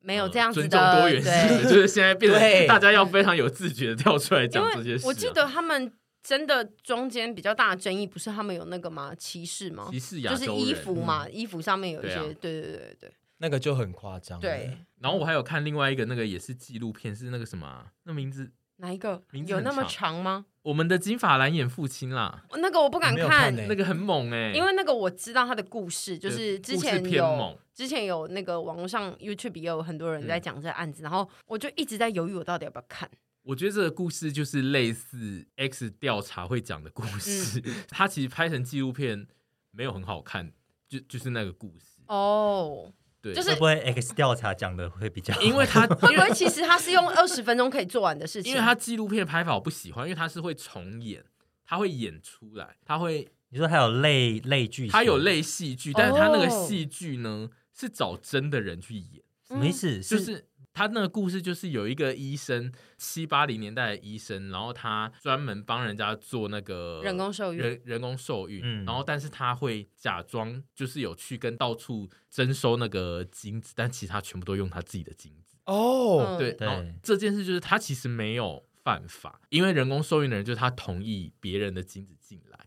[SPEAKER 3] 没有
[SPEAKER 4] 呃
[SPEAKER 3] 这样子
[SPEAKER 4] 尊重
[SPEAKER 3] 的，
[SPEAKER 4] 多元
[SPEAKER 3] 对
[SPEAKER 4] 性，就是现在变
[SPEAKER 1] 对
[SPEAKER 4] 成大家要非常有自觉的跳出来 (laughs) 讲这
[SPEAKER 3] 因
[SPEAKER 4] 些
[SPEAKER 3] 为
[SPEAKER 4] 事、啊。
[SPEAKER 3] 我记得他们真的中间比较大的争议，不是他们有那个吗？歧视吗？
[SPEAKER 4] 歧视亚
[SPEAKER 3] 就是
[SPEAKER 4] 洲人，
[SPEAKER 3] 衣服嘛，衣服上面有一些，
[SPEAKER 4] 对啊嗯
[SPEAKER 3] 对对对对
[SPEAKER 1] 那个就很夸张。
[SPEAKER 3] 对，，
[SPEAKER 4] 然后我还有看另外一个那个也是纪录片，是那个什么啊、那名字
[SPEAKER 3] 哪一个
[SPEAKER 4] 名字
[SPEAKER 3] 有
[SPEAKER 4] 很
[SPEAKER 3] 那么
[SPEAKER 4] 长
[SPEAKER 3] 长吗？
[SPEAKER 4] 我们的金发蓝眼父亲啦，
[SPEAKER 3] 那个我不敢
[SPEAKER 1] 我没有看，
[SPEAKER 3] 看
[SPEAKER 1] 欸
[SPEAKER 4] 那个很猛哎、
[SPEAKER 3] 因为那个我知道他的故事，就
[SPEAKER 4] 对
[SPEAKER 3] 是
[SPEAKER 4] 故
[SPEAKER 3] 之
[SPEAKER 4] 事
[SPEAKER 3] 前
[SPEAKER 4] 偏
[SPEAKER 3] 有
[SPEAKER 4] 猛嗯
[SPEAKER 3] 之前有那个网络上 YouTube 也有很多人在讲这个案子，然后我就一直在犹豫我到底要不要看。
[SPEAKER 4] 我觉得这个故事就是类似 X 调查会讲的故
[SPEAKER 3] 嗯 (laughs)
[SPEAKER 4] 事，它其实拍成纪录片没有很好看，就就是那个故事，
[SPEAKER 3] 哦，
[SPEAKER 4] 对，
[SPEAKER 3] 就是
[SPEAKER 2] 会不会 X 调查讲的会比较好？
[SPEAKER 4] 因
[SPEAKER 3] (laughs)
[SPEAKER 4] 为它
[SPEAKER 3] 会不会其实他是用二十分钟可以做完的事情？
[SPEAKER 4] 因为它纪录片拍法我不喜欢，因为它是会重演，它会演出来，它会
[SPEAKER 2] 你说还有类类剧情，
[SPEAKER 4] 它有类戏剧，但是它那个
[SPEAKER 3] 哦
[SPEAKER 4] 戏剧呢是找真的人去演。
[SPEAKER 2] 什么意思？
[SPEAKER 4] 就是
[SPEAKER 3] 嗯
[SPEAKER 4] 是他那个故事，就是有一个医生，七八零年代的医生，然后他专门帮人家做那个
[SPEAKER 3] 人工受孕
[SPEAKER 4] 人人工受孕，
[SPEAKER 2] 嗯
[SPEAKER 4] 然后但是他会假装就是有去跟到处征收那个精子，但其实他全部都用他自己的精子。
[SPEAKER 1] 哦，
[SPEAKER 3] 嗯
[SPEAKER 4] 对，然后
[SPEAKER 2] 对
[SPEAKER 4] 这件事就是他其实没有犯法，因为人工受孕的人就是他同意别人的精子进来，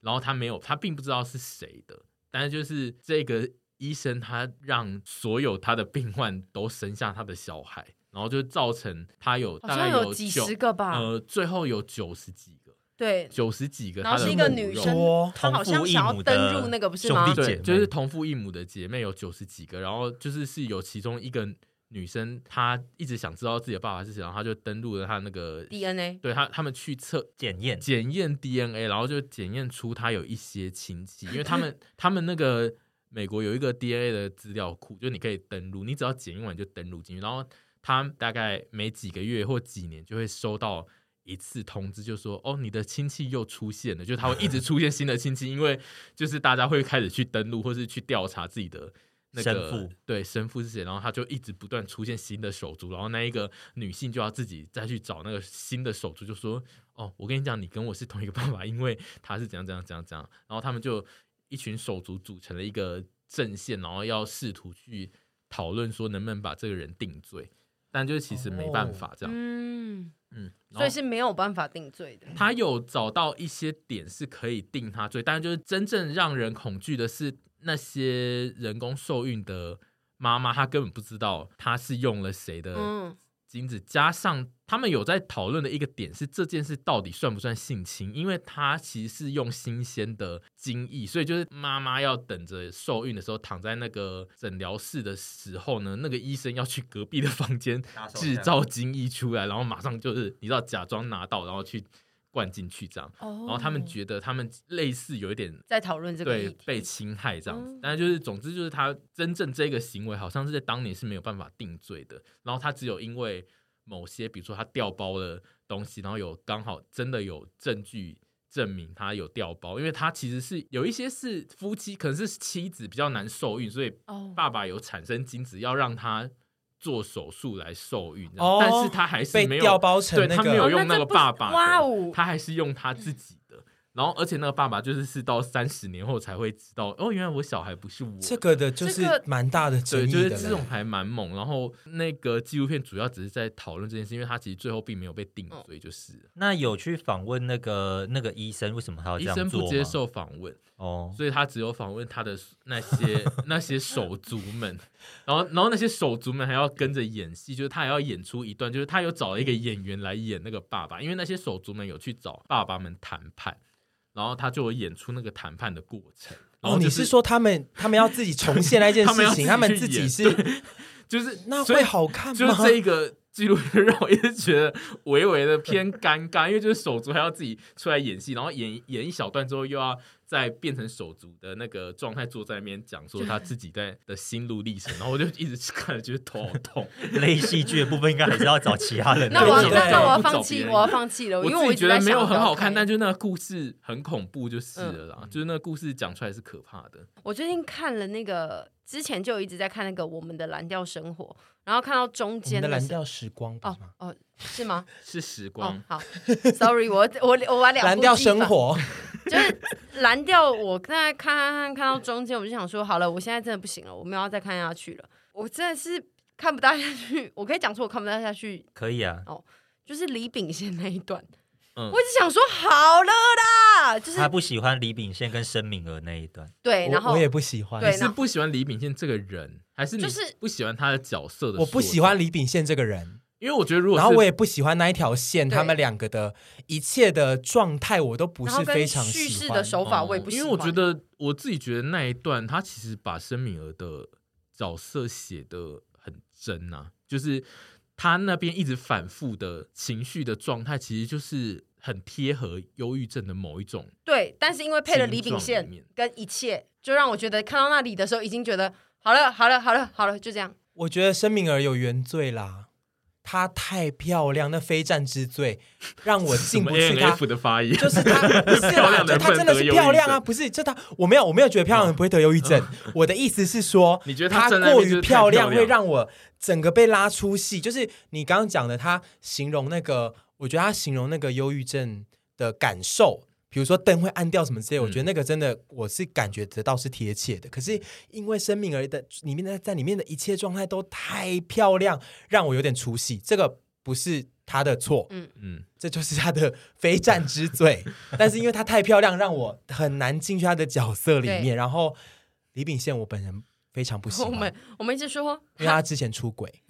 [SPEAKER 4] 然后他没有，他并不知道是谁的，但是就是这个医生他让所有他的病患都生下他的小孩，然后就造成他有
[SPEAKER 3] 好
[SPEAKER 4] 大
[SPEAKER 3] 像
[SPEAKER 4] 概
[SPEAKER 3] 有几
[SPEAKER 4] 九
[SPEAKER 3] 十个吧，
[SPEAKER 4] 呃，最后有九十几个，
[SPEAKER 3] 对，
[SPEAKER 4] 九十几个
[SPEAKER 3] 然
[SPEAKER 4] 他
[SPEAKER 3] 后
[SPEAKER 4] 的
[SPEAKER 3] 是一
[SPEAKER 4] 母
[SPEAKER 3] 个女
[SPEAKER 4] 肉
[SPEAKER 3] 生
[SPEAKER 1] 肉，
[SPEAKER 3] 她好像想要登入那个不是吗
[SPEAKER 2] 同父异母的兄弟
[SPEAKER 4] 对，
[SPEAKER 2] 姐妹
[SPEAKER 4] 就是同父异母的姐妹有九十几个，然后就是是有其中一个女生，她一直想知道自己的爸爸是谁，然后她就登录了她那个
[SPEAKER 3] DNA
[SPEAKER 4] 对她他们去测
[SPEAKER 2] 检验
[SPEAKER 4] 检验 DNA，然后就检验出她有一些亲戚，因为他
[SPEAKER 2] (laughs)
[SPEAKER 4] 们他们那个美国有一个 DNA 的资料库，就你可以登录，你只要检验完就登录进去，然后他大概每几个月或几年就会收到。一次通知，就说哦，你的亲戚又出现了，就他会一直出现新的亲戚，因为就是大家会开始去登录或是去调查自己的。那个
[SPEAKER 2] 生父
[SPEAKER 4] 对生父是谁？然后他就一直不断出现新的手足，然后那一个女性就要自己再去找那个新的手足，就说哦，我跟你讲，你跟我是同一个爸爸，因为他是怎样怎样怎样怎样。然后他们就一群手足组成了一个阵线，然后要试图去讨论说能不能把这个人定罪，但就其实没办法这样。
[SPEAKER 3] 哦嗯，
[SPEAKER 4] 嗯，然
[SPEAKER 3] 所
[SPEAKER 4] 后
[SPEAKER 3] 以是没有办法定罪的。
[SPEAKER 4] 他有找到一些点是可以定他罪，但是就是真正让人恐惧的是那些人工受孕的妈妈，她根本不知道她是用了谁的
[SPEAKER 3] 嗯，
[SPEAKER 4] 精子，加上他们有在讨论的一个点是这件事到底算不算性侵，因为他其实是用新鲜的精液，所以就是妈妈要等着受孕的时候躺在那个诊疗室的时候呢，那个医生要去隔壁的房间
[SPEAKER 2] 打手
[SPEAKER 4] 制
[SPEAKER 2] 枪
[SPEAKER 4] 造精液出来，然后马上就是你知道假装拿到，然后去灌进去这样，
[SPEAKER 3] 哦
[SPEAKER 4] 然后他们觉得他们类似有一点
[SPEAKER 3] 在讨论这个
[SPEAKER 4] 对
[SPEAKER 3] 议题，
[SPEAKER 4] 被侵害这样子
[SPEAKER 3] 嗯，
[SPEAKER 4] 但是就是总之就是他真正这个行为好像是在当年是没有办法定罪的，然后他只有因为某些比如说他调包的东西，然后有刚好真的有证据证明他有调包，因为他其实是有一些是夫妻，可能是妻子比较难受孕，所以
[SPEAKER 3] 哦，
[SPEAKER 4] 爸爸有产生精子要让他做手术来受孕这样，
[SPEAKER 1] 哦
[SPEAKER 4] 但是他还是
[SPEAKER 1] 被
[SPEAKER 4] 没有
[SPEAKER 1] 调包成
[SPEAKER 4] 对
[SPEAKER 1] 那
[SPEAKER 4] 他没有
[SPEAKER 1] 个，
[SPEAKER 3] 哦
[SPEAKER 4] 用
[SPEAKER 3] 那
[SPEAKER 4] 那
[SPEAKER 3] 这
[SPEAKER 4] 个
[SPEAKER 3] 不
[SPEAKER 4] 爸
[SPEAKER 3] 是
[SPEAKER 4] 爸的，
[SPEAKER 3] 哇哦
[SPEAKER 4] 他还是用他自己的。然后，而且那个爸爸就是是到三十年后才会知道，哦，原来我小孩不是我。
[SPEAKER 1] 这个的就
[SPEAKER 3] 这个
[SPEAKER 1] 是蛮大的争
[SPEAKER 4] 对，
[SPEAKER 1] 议
[SPEAKER 4] 就是
[SPEAKER 1] 的
[SPEAKER 4] 这种
[SPEAKER 1] 嘞。哦
[SPEAKER 4] 还蛮猛。然后那个纪录片主要只是在讨论这件事，因为他其实最后并没有被定
[SPEAKER 3] 嗯
[SPEAKER 4] 罪，就是了、
[SPEAKER 2] 那有去访问那个那个医生，为什么哦他要这
[SPEAKER 4] 医
[SPEAKER 2] 样做
[SPEAKER 4] 生
[SPEAKER 2] 吗
[SPEAKER 4] 不接受访问，
[SPEAKER 2] 哦，
[SPEAKER 4] 所以他只有访问他的
[SPEAKER 1] (laughs)
[SPEAKER 4] 那些那些手足们，然后然后那些手足们还要跟着演戏，就是他还要演出一段，就是他有找了一个演员来演那个爸爸，因为那些手足们有去找爸爸们谈判，然后他就有演出那个谈判的过程。然
[SPEAKER 1] 哦，
[SPEAKER 4] 后就
[SPEAKER 1] 你是说他们他们要自己重现那件
[SPEAKER 4] (laughs) 他们要
[SPEAKER 1] 事情，他们
[SPEAKER 4] 自
[SPEAKER 1] 自
[SPEAKER 4] 己去
[SPEAKER 1] 己
[SPEAKER 4] 演
[SPEAKER 1] 是
[SPEAKER 4] 就是
[SPEAKER 1] 那
[SPEAKER 4] 所以
[SPEAKER 1] 会好看
[SPEAKER 4] 就
[SPEAKER 1] 吗
[SPEAKER 4] 是？这一个记录片让我一直觉得微微的偏尴尬，因为就是手足还要自己出来演戏，然后演演一小段之后又要再变成手足的那个状态，坐在那边讲说他自己在的心路历程，然后我就一直看着觉得头好痛，
[SPEAKER 2] 类戏剧的部分应该还是要找其他
[SPEAKER 3] (laughs)
[SPEAKER 2] 人来
[SPEAKER 3] 那我要
[SPEAKER 2] 做
[SPEAKER 4] 对
[SPEAKER 3] 那那我要
[SPEAKER 4] 不找
[SPEAKER 3] 放
[SPEAKER 4] 别
[SPEAKER 3] 弃，
[SPEAKER 4] 人
[SPEAKER 3] 我要放弃了，因为
[SPEAKER 4] 自
[SPEAKER 3] 我一
[SPEAKER 4] 己觉
[SPEAKER 3] 直
[SPEAKER 4] 得
[SPEAKER 3] 在
[SPEAKER 4] 没
[SPEAKER 3] 想
[SPEAKER 4] 有
[SPEAKER 3] 要不
[SPEAKER 4] 很
[SPEAKER 3] 要
[SPEAKER 4] 好看，
[SPEAKER 3] 看，
[SPEAKER 4] 但就那个故事很恐怖就是了啦，就是那个故事讲出来是可怕的。
[SPEAKER 3] 我最近看了那个，之前就一直在看那个《我们的蓝调生活》，然后看到中
[SPEAKER 1] 我们
[SPEAKER 3] 间
[SPEAKER 1] 的
[SPEAKER 3] 的
[SPEAKER 1] 蓝
[SPEAKER 3] 时候
[SPEAKER 1] 调时光不
[SPEAKER 3] 哦
[SPEAKER 1] 是吗？
[SPEAKER 3] 哦是吗？
[SPEAKER 4] 是时光，
[SPEAKER 3] 哦好，sorry，我我我把两部
[SPEAKER 1] (laughs) 蓝调
[SPEAKER 3] 记反
[SPEAKER 1] 生活，
[SPEAKER 3] 就是蓝调，我刚才看看看看到中间，我就想说，好了，我现在真的不行了，我没有要再看下去了，我真的是看不大下去。我可以讲说，我看不大下去，
[SPEAKER 2] 可以啊，
[SPEAKER 3] 就是李秉宪那一段，
[SPEAKER 4] 嗯
[SPEAKER 3] 我一直想说，好了啦，就是
[SPEAKER 2] 他不喜欢李秉宪跟申敏儿那一段，
[SPEAKER 3] 对，然
[SPEAKER 1] 我
[SPEAKER 3] 后
[SPEAKER 1] 我也不喜欢。
[SPEAKER 3] 对
[SPEAKER 4] 你是不喜欢李秉宪这个人，还是你
[SPEAKER 3] 就是
[SPEAKER 4] 不喜欢他的角色的？
[SPEAKER 1] 我不喜欢，李秉宪这个人，
[SPEAKER 4] 因为我觉得如果
[SPEAKER 1] 然
[SPEAKER 4] 是
[SPEAKER 1] 后我也不喜欢那一条线，
[SPEAKER 3] 对
[SPEAKER 1] 他们两个的一切的状态我都不
[SPEAKER 3] 然后
[SPEAKER 1] 是
[SPEAKER 3] 跟
[SPEAKER 1] 非常
[SPEAKER 3] 叙事
[SPEAKER 1] 喜
[SPEAKER 3] 的
[SPEAKER 1] 欢。哦
[SPEAKER 3] 手法我也不喜
[SPEAKER 4] 哦因
[SPEAKER 3] 欢，
[SPEAKER 4] 为我觉得我自己觉得那一段，他其实把申敏儿的角色写的很真啊，就是他那边一直反复的情绪的状态，其实就是很贴合忧郁症的某一种。
[SPEAKER 3] 对，但是因为配了李秉
[SPEAKER 4] 形状里
[SPEAKER 3] 宪
[SPEAKER 4] 面
[SPEAKER 3] 跟一切，就让我觉得看到那里的时候，已经觉得好了，好了，好了，好了，就这样。
[SPEAKER 1] 我觉得申敏儿有原罪啦，她太漂亮，那非战之罪让我进不
[SPEAKER 4] A
[SPEAKER 1] 去
[SPEAKER 4] N
[SPEAKER 1] 她
[SPEAKER 4] F。的发音，
[SPEAKER 1] 就是她，不是
[SPEAKER 4] 漂
[SPEAKER 1] 啦，
[SPEAKER 4] 亮
[SPEAKER 1] 就
[SPEAKER 4] 的人
[SPEAKER 1] 她真的
[SPEAKER 4] 不能得
[SPEAKER 1] 是
[SPEAKER 4] 忧郁
[SPEAKER 1] 漂亮啊！
[SPEAKER 4] 症啊
[SPEAKER 1] 不是，就她，我没有，我没有觉得漂亮人不会得忧郁症。我的意思是说，
[SPEAKER 4] (laughs) 你觉得
[SPEAKER 1] 她
[SPEAKER 4] 他站在那
[SPEAKER 1] 过
[SPEAKER 4] 边就
[SPEAKER 1] 于
[SPEAKER 4] 是太漂
[SPEAKER 1] 亮会让我整个被拉出戏。就是你刚刚讲的，她形容那个，我觉得她形容那个忧郁症的感受，比如说灯会暗掉什么
[SPEAKER 4] 嗯
[SPEAKER 1] 之类，我觉得那个真的我是感觉得到是贴切的。可是因为生命而的里面的在里面的一切状态都太漂亮，让我有点出戏。这个不是她的错，
[SPEAKER 4] 嗯，
[SPEAKER 1] 这就是她的非战之
[SPEAKER 3] (laughs)
[SPEAKER 1] 罪。但是因为她太漂亮，让我很难进去她的角色里
[SPEAKER 3] 对
[SPEAKER 1] 面。然后李秉宪，我本人非常不喜
[SPEAKER 3] 我
[SPEAKER 1] 欢，
[SPEAKER 3] 们我们一直说
[SPEAKER 1] 因为他之前出轨，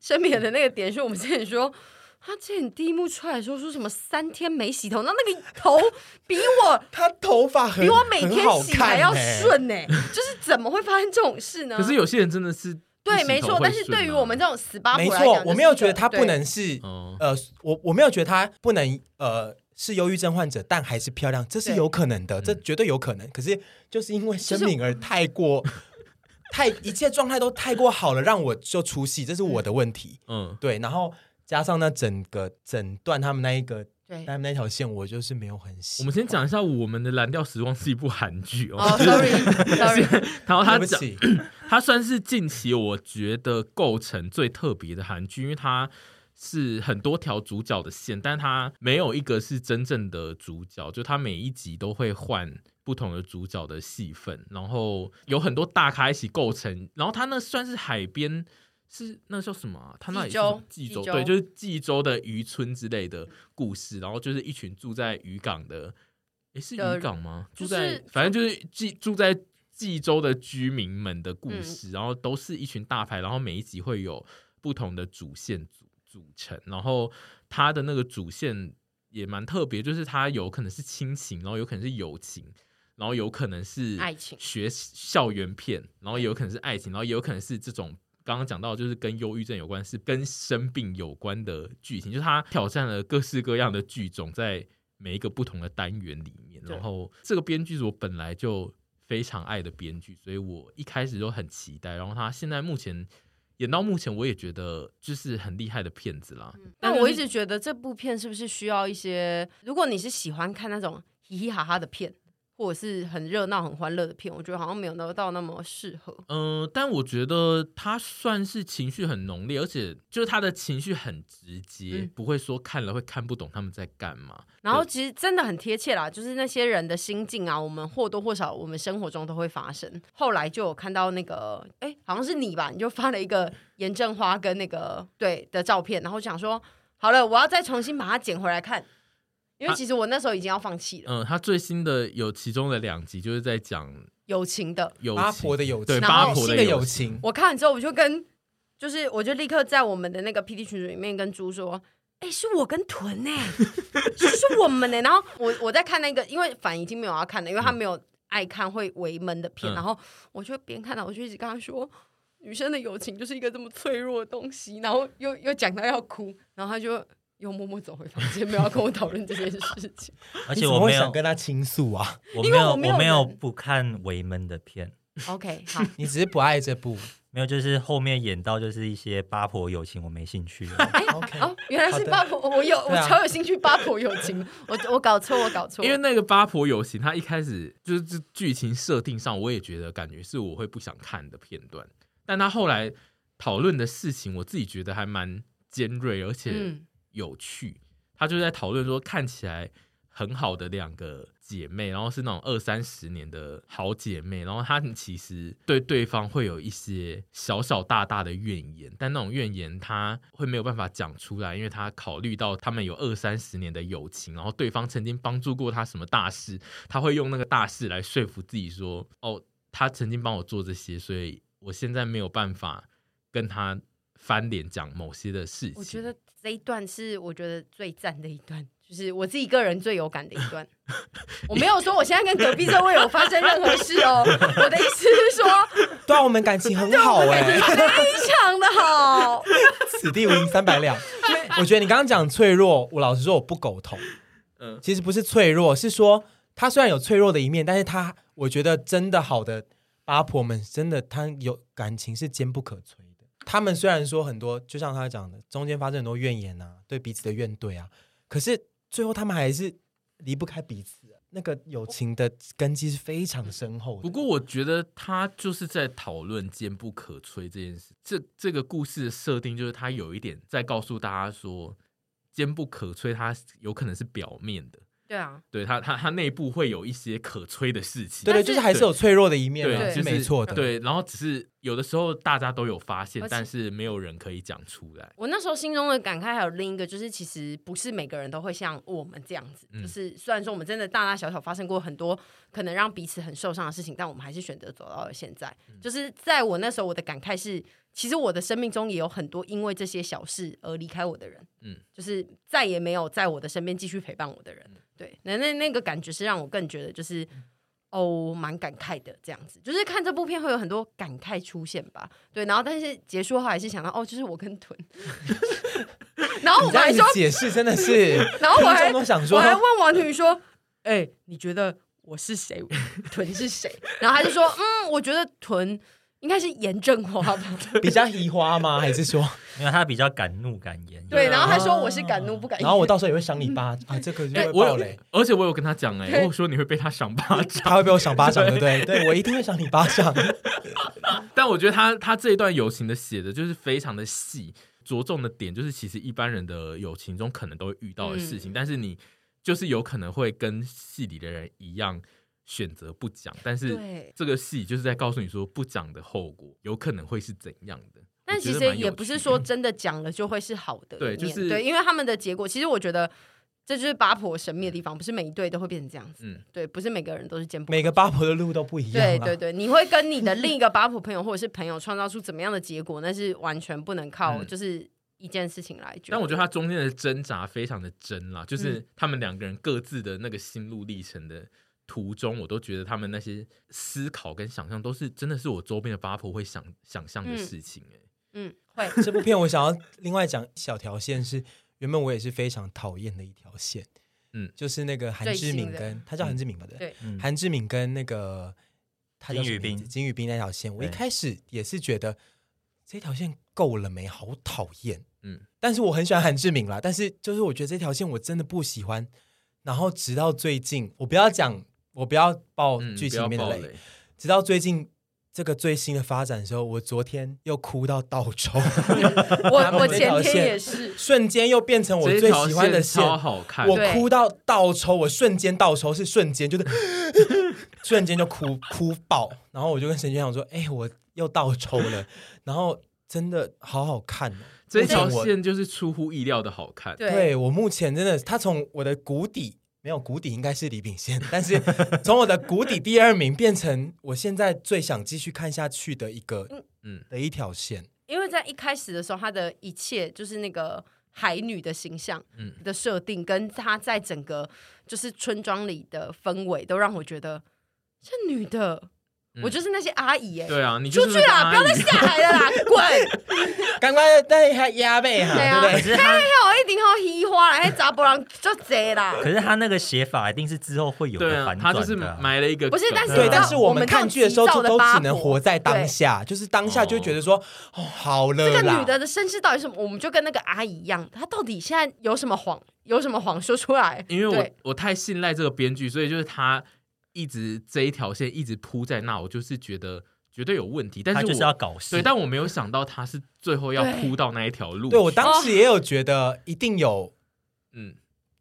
[SPEAKER 3] 身边的那个点是我们之前说。他之前第一幕出来的时候说什么三天没洗头，那那个头比
[SPEAKER 1] (laughs)
[SPEAKER 3] 我
[SPEAKER 1] 他头发很
[SPEAKER 3] 比我每天
[SPEAKER 1] 很好
[SPEAKER 3] 洗
[SPEAKER 1] 看
[SPEAKER 3] 还要
[SPEAKER 1] 欸
[SPEAKER 3] 顺呢、
[SPEAKER 1] (laughs)
[SPEAKER 3] 就是怎么会发生这种事呢？
[SPEAKER 4] 可是有些人真的是
[SPEAKER 3] 对，没错，但是对于我
[SPEAKER 4] 啊
[SPEAKER 3] 们这种死八
[SPEAKER 1] 啊没
[SPEAKER 3] 婆来讲
[SPEAKER 1] 错，，
[SPEAKER 3] 这
[SPEAKER 1] 我
[SPEAKER 3] 是
[SPEAKER 1] 没有
[SPEAKER 3] 一个
[SPEAKER 1] 觉得他不 (laughs)
[SPEAKER 3] 对
[SPEAKER 1] 能是
[SPEAKER 4] 哦，
[SPEAKER 1] 呃，我我没有觉得她不能呃是忧郁症患者，但还是漂亮，这是
[SPEAKER 3] 对
[SPEAKER 1] 有可能
[SPEAKER 3] 嗯
[SPEAKER 1] 的，这绝对有可能。可是就是因为生命而太过。太一切状态都太过好了，让我就出戏，这是我的问题。
[SPEAKER 4] 嗯，
[SPEAKER 1] 对，然后加上那整个整段他们那一个
[SPEAKER 3] 对
[SPEAKER 1] 他，们那条线，我就是没有很
[SPEAKER 4] 我
[SPEAKER 1] 喜
[SPEAKER 4] 们先讲一下，我们的《蓝调时光》是一部韩剧哦，
[SPEAKER 3] 哦，sorry，sorry，
[SPEAKER 1] (laughs)
[SPEAKER 4] 然后
[SPEAKER 1] 对
[SPEAKER 4] 它
[SPEAKER 1] 不
[SPEAKER 4] 哦讲
[SPEAKER 1] 起，
[SPEAKER 4] 它算是近期我觉得构成最特别的韩剧，因为它是很多条主角的线，但它没有一个是真正的主角，就它每一集都会换不同的主角的戏份，然后有很多大咖一起构成，然后它那算是海边。是那叫什么啊、它那里是
[SPEAKER 3] 济州
[SPEAKER 4] 济州
[SPEAKER 3] 济州
[SPEAKER 4] 对，就是济州的渔村之类的故事，然后就是一群住在渔港的，诶，是
[SPEAKER 3] 的
[SPEAKER 4] 渔港吗？住
[SPEAKER 3] 就是
[SPEAKER 4] 在、反正就是济住在济州的居民们的故事，然后都是一群大牌，然后每一集会有不同的主线组组成，然后它的那个主线也蛮特别，就是它有可能是亲情，然后有可能是友情，然后有可能是
[SPEAKER 3] 爱情
[SPEAKER 4] 学校园片，然后也有可能是爱情，然后也有可能是这种。刚刚讲到就是跟忧郁症有关，是跟生病有关的剧情，就是它挑战了各式各样的剧种，在每一个不同的单元里面。
[SPEAKER 3] 对
[SPEAKER 4] 然后这个编剧是我本来就非常爱的编剧，所以我一开始就很期待。然后他现在目前演到目前，我也觉得就是很厉害的片子啦。
[SPEAKER 3] 但
[SPEAKER 4] 就是
[SPEAKER 3] 我一直觉得这部片是不是需要一些？如果你是喜欢看那种嘻嘻哈哈的片，或者是很热闹、很欢乐的片，我觉得好像没有那到那么适合。
[SPEAKER 4] 嗯、但我觉得他算是情绪很浓烈，而且就是他的情绪很直接，
[SPEAKER 3] 嗯
[SPEAKER 4] 不会说看了会看不懂他们在干嘛。
[SPEAKER 3] 然后其实真的很贴切啦，就是那些人的心境啊，我们或多或少我们生活中都会发生。后来就有看到那个，哎，好像是你吧，你就发了一个严正花跟那个对的照片，然后想说，好了，我要再重新把它捡回来看，因为
[SPEAKER 4] 啊
[SPEAKER 3] 其实我那时候已经要放弃了
[SPEAKER 4] 嗯、他最新的有其中的两集就是在讲
[SPEAKER 3] 友情的。
[SPEAKER 4] 友情
[SPEAKER 1] 八婆的友情，
[SPEAKER 4] 对
[SPEAKER 3] 然后
[SPEAKER 4] 八婆
[SPEAKER 1] 新
[SPEAKER 4] 的
[SPEAKER 1] 的
[SPEAKER 4] 友
[SPEAKER 1] 友
[SPEAKER 4] 情。
[SPEAKER 1] 情，
[SPEAKER 3] 我看完之后，我就跟就是我就立刻在我们的那个 PD 群组里面跟猪说。哎、是我跟屯哎、是我们呢、然后我我在看那个，因为反已经没有要看了，因为他没有爱看会围门的片。
[SPEAKER 4] 嗯
[SPEAKER 3] 然后我就边看到，我就一直跟他说，女生的友情就是一个这么脆弱的东西。然后又又讲到要哭，然后他就又默默走回房间，没有要跟我讨论这件事情。
[SPEAKER 2] 而
[SPEAKER 1] 你
[SPEAKER 2] 且
[SPEAKER 1] 怎么
[SPEAKER 2] 我
[SPEAKER 1] 会
[SPEAKER 2] 没
[SPEAKER 1] 想
[SPEAKER 4] (laughs)
[SPEAKER 2] 有，
[SPEAKER 1] 跟他倾诉啊？
[SPEAKER 2] 我
[SPEAKER 3] 因
[SPEAKER 2] 没
[SPEAKER 3] 为
[SPEAKER 2] 有，
[SPEAKER 3] 我没有
[SPEAKER 2] 我没有
[SPEAKER 3] 人
[SPEAKER 2] 不看维门的片，
[SPEAKER 3] OK，好，
[SPEAKER 1] 你只是不爱这部
[SPEAKER 2] 没有，就是后面演到就是一些八婆友情，我没兴趣
[SPEAKER 4] (laughs)
[SPEAKER 2] 了。
[SPEAKER 1] ，OK？
[SPEAKER 3] 哦，原来
[SPEAKER 1] 好
[SPEAKER 3] 是
[SPEAKER 1] 的
[SPEAKER 3] 八婆，我有我
[SPEAKER 1] 对啊
[SPEAKER 3] 超有兴趣八婆友情，我我搞错，我搞错，
[SPEAKER 4] 因为那个八婆友情，它一开始就是这剧情设定上，我也觉得感觉是我会不想看的片段，但他后来讨论的事情，我自己觉得还蛮尖锐，而且
[SPEAKER 3] 嗯
[SPEAKER 4] 有趣。他就在讨论说，看起来很好的两个姐妹，然后是那种二三十年的好姐妹，然后她们其实对对方会有一些小小大大的怨言，但那种怨言她会没有办法讲出来，因为她考虑到他们有二三十年的友情，然后对方曾经帮助过她什么大事，她会用那个大事来说服自己说，哦，她曾经帮我做这些，所以我现在没有办法跟她翻脸讲某些的事情。
[SPEAKER 3] 我觉得这一段是我觉得最赞的一段，就是我自己个人最有感的一 (laughs) 段。我没有说我现在跟隔壁这位有发生任何事哦，我的意思是说，
[SPEAKER 1] (laughs) 对啊，我们感情很好哎、
[SPEAKER 3] 非常的好，
[SPEAKER 1] 此地无银三百两。我觉得你刚刚讲脆弱，我老实说我不苟同。
[SPEAKER 4] 嗯
[SPEAKER 1] 嗯，其实不是脆弱，是说他虽然有脆弱的一面，但是他我觉得真的好的八婆们，真的他有感情是坚不可摧的。他们虽然说很多，就像他讲的，中间发生很多怨言啊，对彼此的怨怼啊，可是最后他们还是离不开彼此、啊那个友情的根基是非常深厚的。
[SPEAKER 4] 不过我觉得他就是在讨论坚不可摧这件事。这这个故事的设定就是他有一点在告诉大家说，坚不可摧，它有可能是表面的，
[SPEAKER 3] 对啊，
[SPEAKER 4] 对他他他内部会有一些可吹的事情。
[SPEAKER 1] 对对，
[SPEAKER 3] 但是
[SPEAKER 1] 就是还是有脆弱的一面啊，
[SPEAKER 4] 对，就是是
[SPEAKER 1] 没错的。，
[SPEAKER 4] 对，然后只是有的时候大家都有发现
[SPEAKER 3] 而，且
[SPEAKER 4] 但是没有人可以讲出来。
[SPEAKER 3] 我那时候心中的感慨还有另一个，就是其实不是每个人都会像我们这样子，
[SPEAKER 4] 嗯
[SPEAKER 3] 就是虽然说我们真的大大小小发生过很多可能让彼此很受伤的事情，但我们还是选择走到了现在。
[SPEAKER 1] 嗯
[SPEAKER 3] 就是在我那时候，我的感慨是，其实我的生命中也有很多因为这些小事而离开我的人，
[SPEAKER 4] 嗯
[SPEAKER 3] 嗯，就是再也没有在我的身边继续陪伴我的人。
[SPEAKER 1] 嗯
[SPEAKER 3] 对，那那那个感觉是让我更觉得就是。哦，蛮感慨的，这样子，就是看这部片会有很多感慨出现吧，对，然后但是结束后还是想到，哦，就是我跟屯， (laughs) 然后
[SPEAKER 1] 你
[SPEAKER 3] 我们
[SPEAKER 1] 这
[SPEAKER 3] 还
[SPEAKER 1] 样
[SPEAKER 3] 说
[SPEAKER 1] 子，解释真的是，
[SPEAKER 3] 然啊后我还
[SPEAKER 1] 听众都想说
[SPEAKER 3] 我还问王庭宇说，哎、 (laughs) 你觉得我是谁？屯是谁？然后他就说，嗯，我觉得屯应该是严正华吧？
[SPEAKER 1] (laughs)
[SPEAKER 3] (laughs)
[SPEAKER 1] 比较移花吗？还是说，
[SPEAKER 2] 因为他比较敢怒敢言。
[SPEAKER 3] 对，然后他
[SPEAKER 1] 啊
[SPEAKER 3] 说我是敢怒不敢言。
[SPEAKER 1] 然后我到时候也会赏你巴啊？这个就会
[SPEAKER 4] 我
[SPEAKER 1] 爆
[SPEAKER 4] 有
[SPEAKER 1] 雷，，
[SPEAKER 4] 而且我有跟他讲哎、
[SPEAKER 3] 对
[SPEAKER 4] 我说你会被他赏巴掌， (laughs)
[SPEAKER 1] 他会被我赏巴掌，对不对？对我一定会赏你巴掌。
[SPEAKER 4] 但我觉得他他这一段友情的写的就是非常的细，着重的点就是其实一般人的友情中可能都会遇到的事
[SPEAKER 3] 嗯
[SPEAKER 4] 情，但是你就是有可能会跟戏里的人一样选择不讲，但是
[SPEAKER 3] 对
[SPEAKER 4] 这个戏就是在告诉你说不讲的后果有可能会是怎样的。
[SPEAKER 3] 但
[SPEAKER 4] 我觉
[SPEAKER 3] 其
[SPEAKER 4] 得
[SPEAKER 3] 实
[SPEAKER 4] 蛮有
[SPEAKER 3] 也不
[SPEAKER 4] 趣
[SPEAKER 3] 是
[SPEAKER 4] 的
[SPEAKER 3] 说真的讲了就会是好的一面，
[SPEAKER 4] (laughs) 对就是
[SPEAKER 3] 对，因为他们的结果，其实我觉得这就是八婆神秘的地方，不是每一对都会变成这样子，
[SPEAKER 4] 嗯
[SPEAKER 3] 对，不是每个人都是见不
[SPEAKER 1] 每个八婆的路都不一样、
[SPEAKER 3] 对
[SPEAKER 1] 啊，
[SPEAKER 3] 对对，你会跟你的另一个八婆朋友或者是朋友创造出怎么样的结果，那是完全不能靠
[SPEAKER 4] 嗯
[SPEAKER 3] 就是一件事情来决定。
[SPEAKER 4] 但我觉得他中间的挣扎非常的真啦，就是
[SPEAKER 3] 嗯
[SPEAKER 4] 他们两个人各自的那个心路历程的途中，我都觉得他们那些思考跟想象都是真的是我周边的八婆会想想象的事情、欸，
[SPEAKER 3] 嗯会，
[SPEAKER 1] 这部片我想要另外讲一小条线是，原本我也是非常讨厌的一条线，
[SPEAKER 4] 嗯
[SPEAKER 1] 嗯，就是那个韩志敏
[SPEAKER 3] 最新
[SPEAKER 1] 跟他叫韩志敏吧，对不对，
[SPEAKER 3] 对，
[SPEAKER 2] 嗯
[SPEAKER 1] 韩志敏跟那个他叫什么名字
[SPEAKER 2] 金宇彬
[SPEAKER 1] 金宇彬那条线，我一
[SPEAKER 2] 对
[SPEAKER 1] 开始也是觉得这条线够了没，好讨厌，
[SPEAKER 4] 嗯
[SPEAKER 1] 嗯，但是我很喜欢韩志敏啦，但是就是我觉得这条线我真的不喜欢，然后直到最近，我不要讲，我不要爆
[SPEAKER 4] 嗯，
[SPEAKER 1] 哦剧
[SPEAKER 4] 不
[SPEAKER 1] 情
[SPEAKER 4] 要
[SPEAKER 1] 里面的
[SPEAKER 4] 爆
[SPEAKER 1] 雷，直到最近这个最新的发展的时候，我昨天又哭到倒抽， (laughs) 他
[SPEAKER 3] 我
[SPEAKER 1] 们
[SPEAKER 3] 我
[SPEAKER 1] 这
[SPEAKER 3] 前
[SPEAKER 1] 条
[SPEAKER 3] 天
[SPEAKER 1] 线
[SPEAKER 3] 也
[SPEAKER 4] (laughs)
[SPEAKER 3] 是，
[SPEAKER 1] 瞬间又变成我
[SPEAKER 4] 这
[SPEAKER 1] 最
[SPEAKER 4] 条
[SPEAKER 1] 喜欢的线
[SPEAKER 4] 线，超好看，
[SPEAKER 1] 我
[SPEAKER 3] 对
[SPEAKER 1] 哭到倒抽，我瞬间倒抽是瞬间，就是 (laughs) 瞬间就哭哭爆，然后我就跟沈娟讲说：“哎、我又倒抽了。”然后真的好好看哦，
[SPEAKER 4] 这
[SPEAKER 1] 目前
[SPEAKER 4] 条
[SPEAKER 1] 我
[SPEAKER 4] 线就是出乎意料的好看，
[SPEAKER 3] 对
[SPEAKER 1] 对我目前真的，他从我的谷底没有谷底应该是李秉宪，但是 (laughs) 从我的谷底第二名变成我现在最想继续看下去的一个
[SPEAKER 4] 嗯
[SPEAKER 1] 嗯的一条线。
[SPEAKER 3] 因为在一开始的时候，她的一切就是那个海女的形象，
[SPEAKER 4] 嗯
[SPEAKER 3] 的设定，跟她在整个就是村庄里的氛围，都让我觉得这女的，
[SPEAKER 4] 嗯
[SPEAKER 3] 我就是那些阿姨哎、
[SPEAKER 4] 对啊，你就
[SPEAKER 3] 出
[SPEAKER 4] 是
[SPEAKER 3] 去
[SPEAKER 4] 那个
[SPEAKER 3] 啦，
[SPEAKER 4] 阿
[SPEAKER 3] 不要再
[SPEAKER 4] 姨
[SPEAKER 3] 下海了
[SPEAKER 4] (laughs)
[SPEAKER 3] 啦，滚！
[SPEAKER 1] 刚刚在还压背哈，
[SPEAKER 3] 对
[SPEAKER 1] 对
[SPEAKER 3] 啊
[SPEAKER 1] 不
[SPEAKER 2] 可
[SPEAKER 1] 对？
[SPEAKER 2] 是他，
[SPEAKER 3] 我一定好喜花啦，那杂波人就贼啦。
[SPEAKER 2] 可是他那个写法一定是之后会有
[SPEAKER 4] 对
[SPEAKER 2] 的
[SPEAKER 4] 啊，
[SPEAKER 2] 反
[SPEAKER 4] 他
[SPEAKER 2] 转的
[SPEAKER 4] 就
[SPEAKER 2] 啊。
[SPEAKER 4] 是埋了一个
[SPEAKER 3] 不是
[SPEAKER 4] 梗
[SPEAKER 3] 但是
[SPEAKER 1] 对，
[SPEAKER 3] 你知道
[SPEAKER 1] 但是我
[SPEAKER 3] 我
[SPEAKER 1] 们
[SPEAKER 3] 们
[SPEAKER 1] 看
[SPEAKER 3] 这种
[SPEAKER 1] 剧的时候，
[SPEAKER 3] 急躁
[SPEAKER 1] 就
[SPEAKER 3] 的
[SPEAKER 1] 都
[SPEAKER 3] 八
[SPEAKER 1] 只能
[SPEAKER 3] 婆
[SPEAKER 1] 活在当
[SPEAKER 3] 对
[SPEAKER 1] 下，就是当下就觉得说，哦，好了
[SPEAKER 3] 这
[SPEAKER 1] 啦。
[SPEAKER 3] 个女的的身世到底是什么？我们就跟那个阿姨一样，她到底现在有什么谎，有什么谎说出来？
[SPEAKER 4] 因为
[SPEAKER 3] 对
[SPEAKER 4] 我我太信赖这个编剧，所以就是他一直这一条线一直铺在那，我就是觉得绝对有问题。但
[SPEAKER 2] 他
[SPEAKER 4] 是我
[SPEAKER 2] 就是要搞事。
[SPEAKER 4] 对，但我没有想到他是最后要
[SPEAKER 3] 对
[SPEAKER 4] 铺到那一条路去。
[SPEAKER 1] 对我当
[SPEAKER 3] 哦
[SPEAKER 1] 时也有觉得一定有
[SPEAKER 4] 嗯，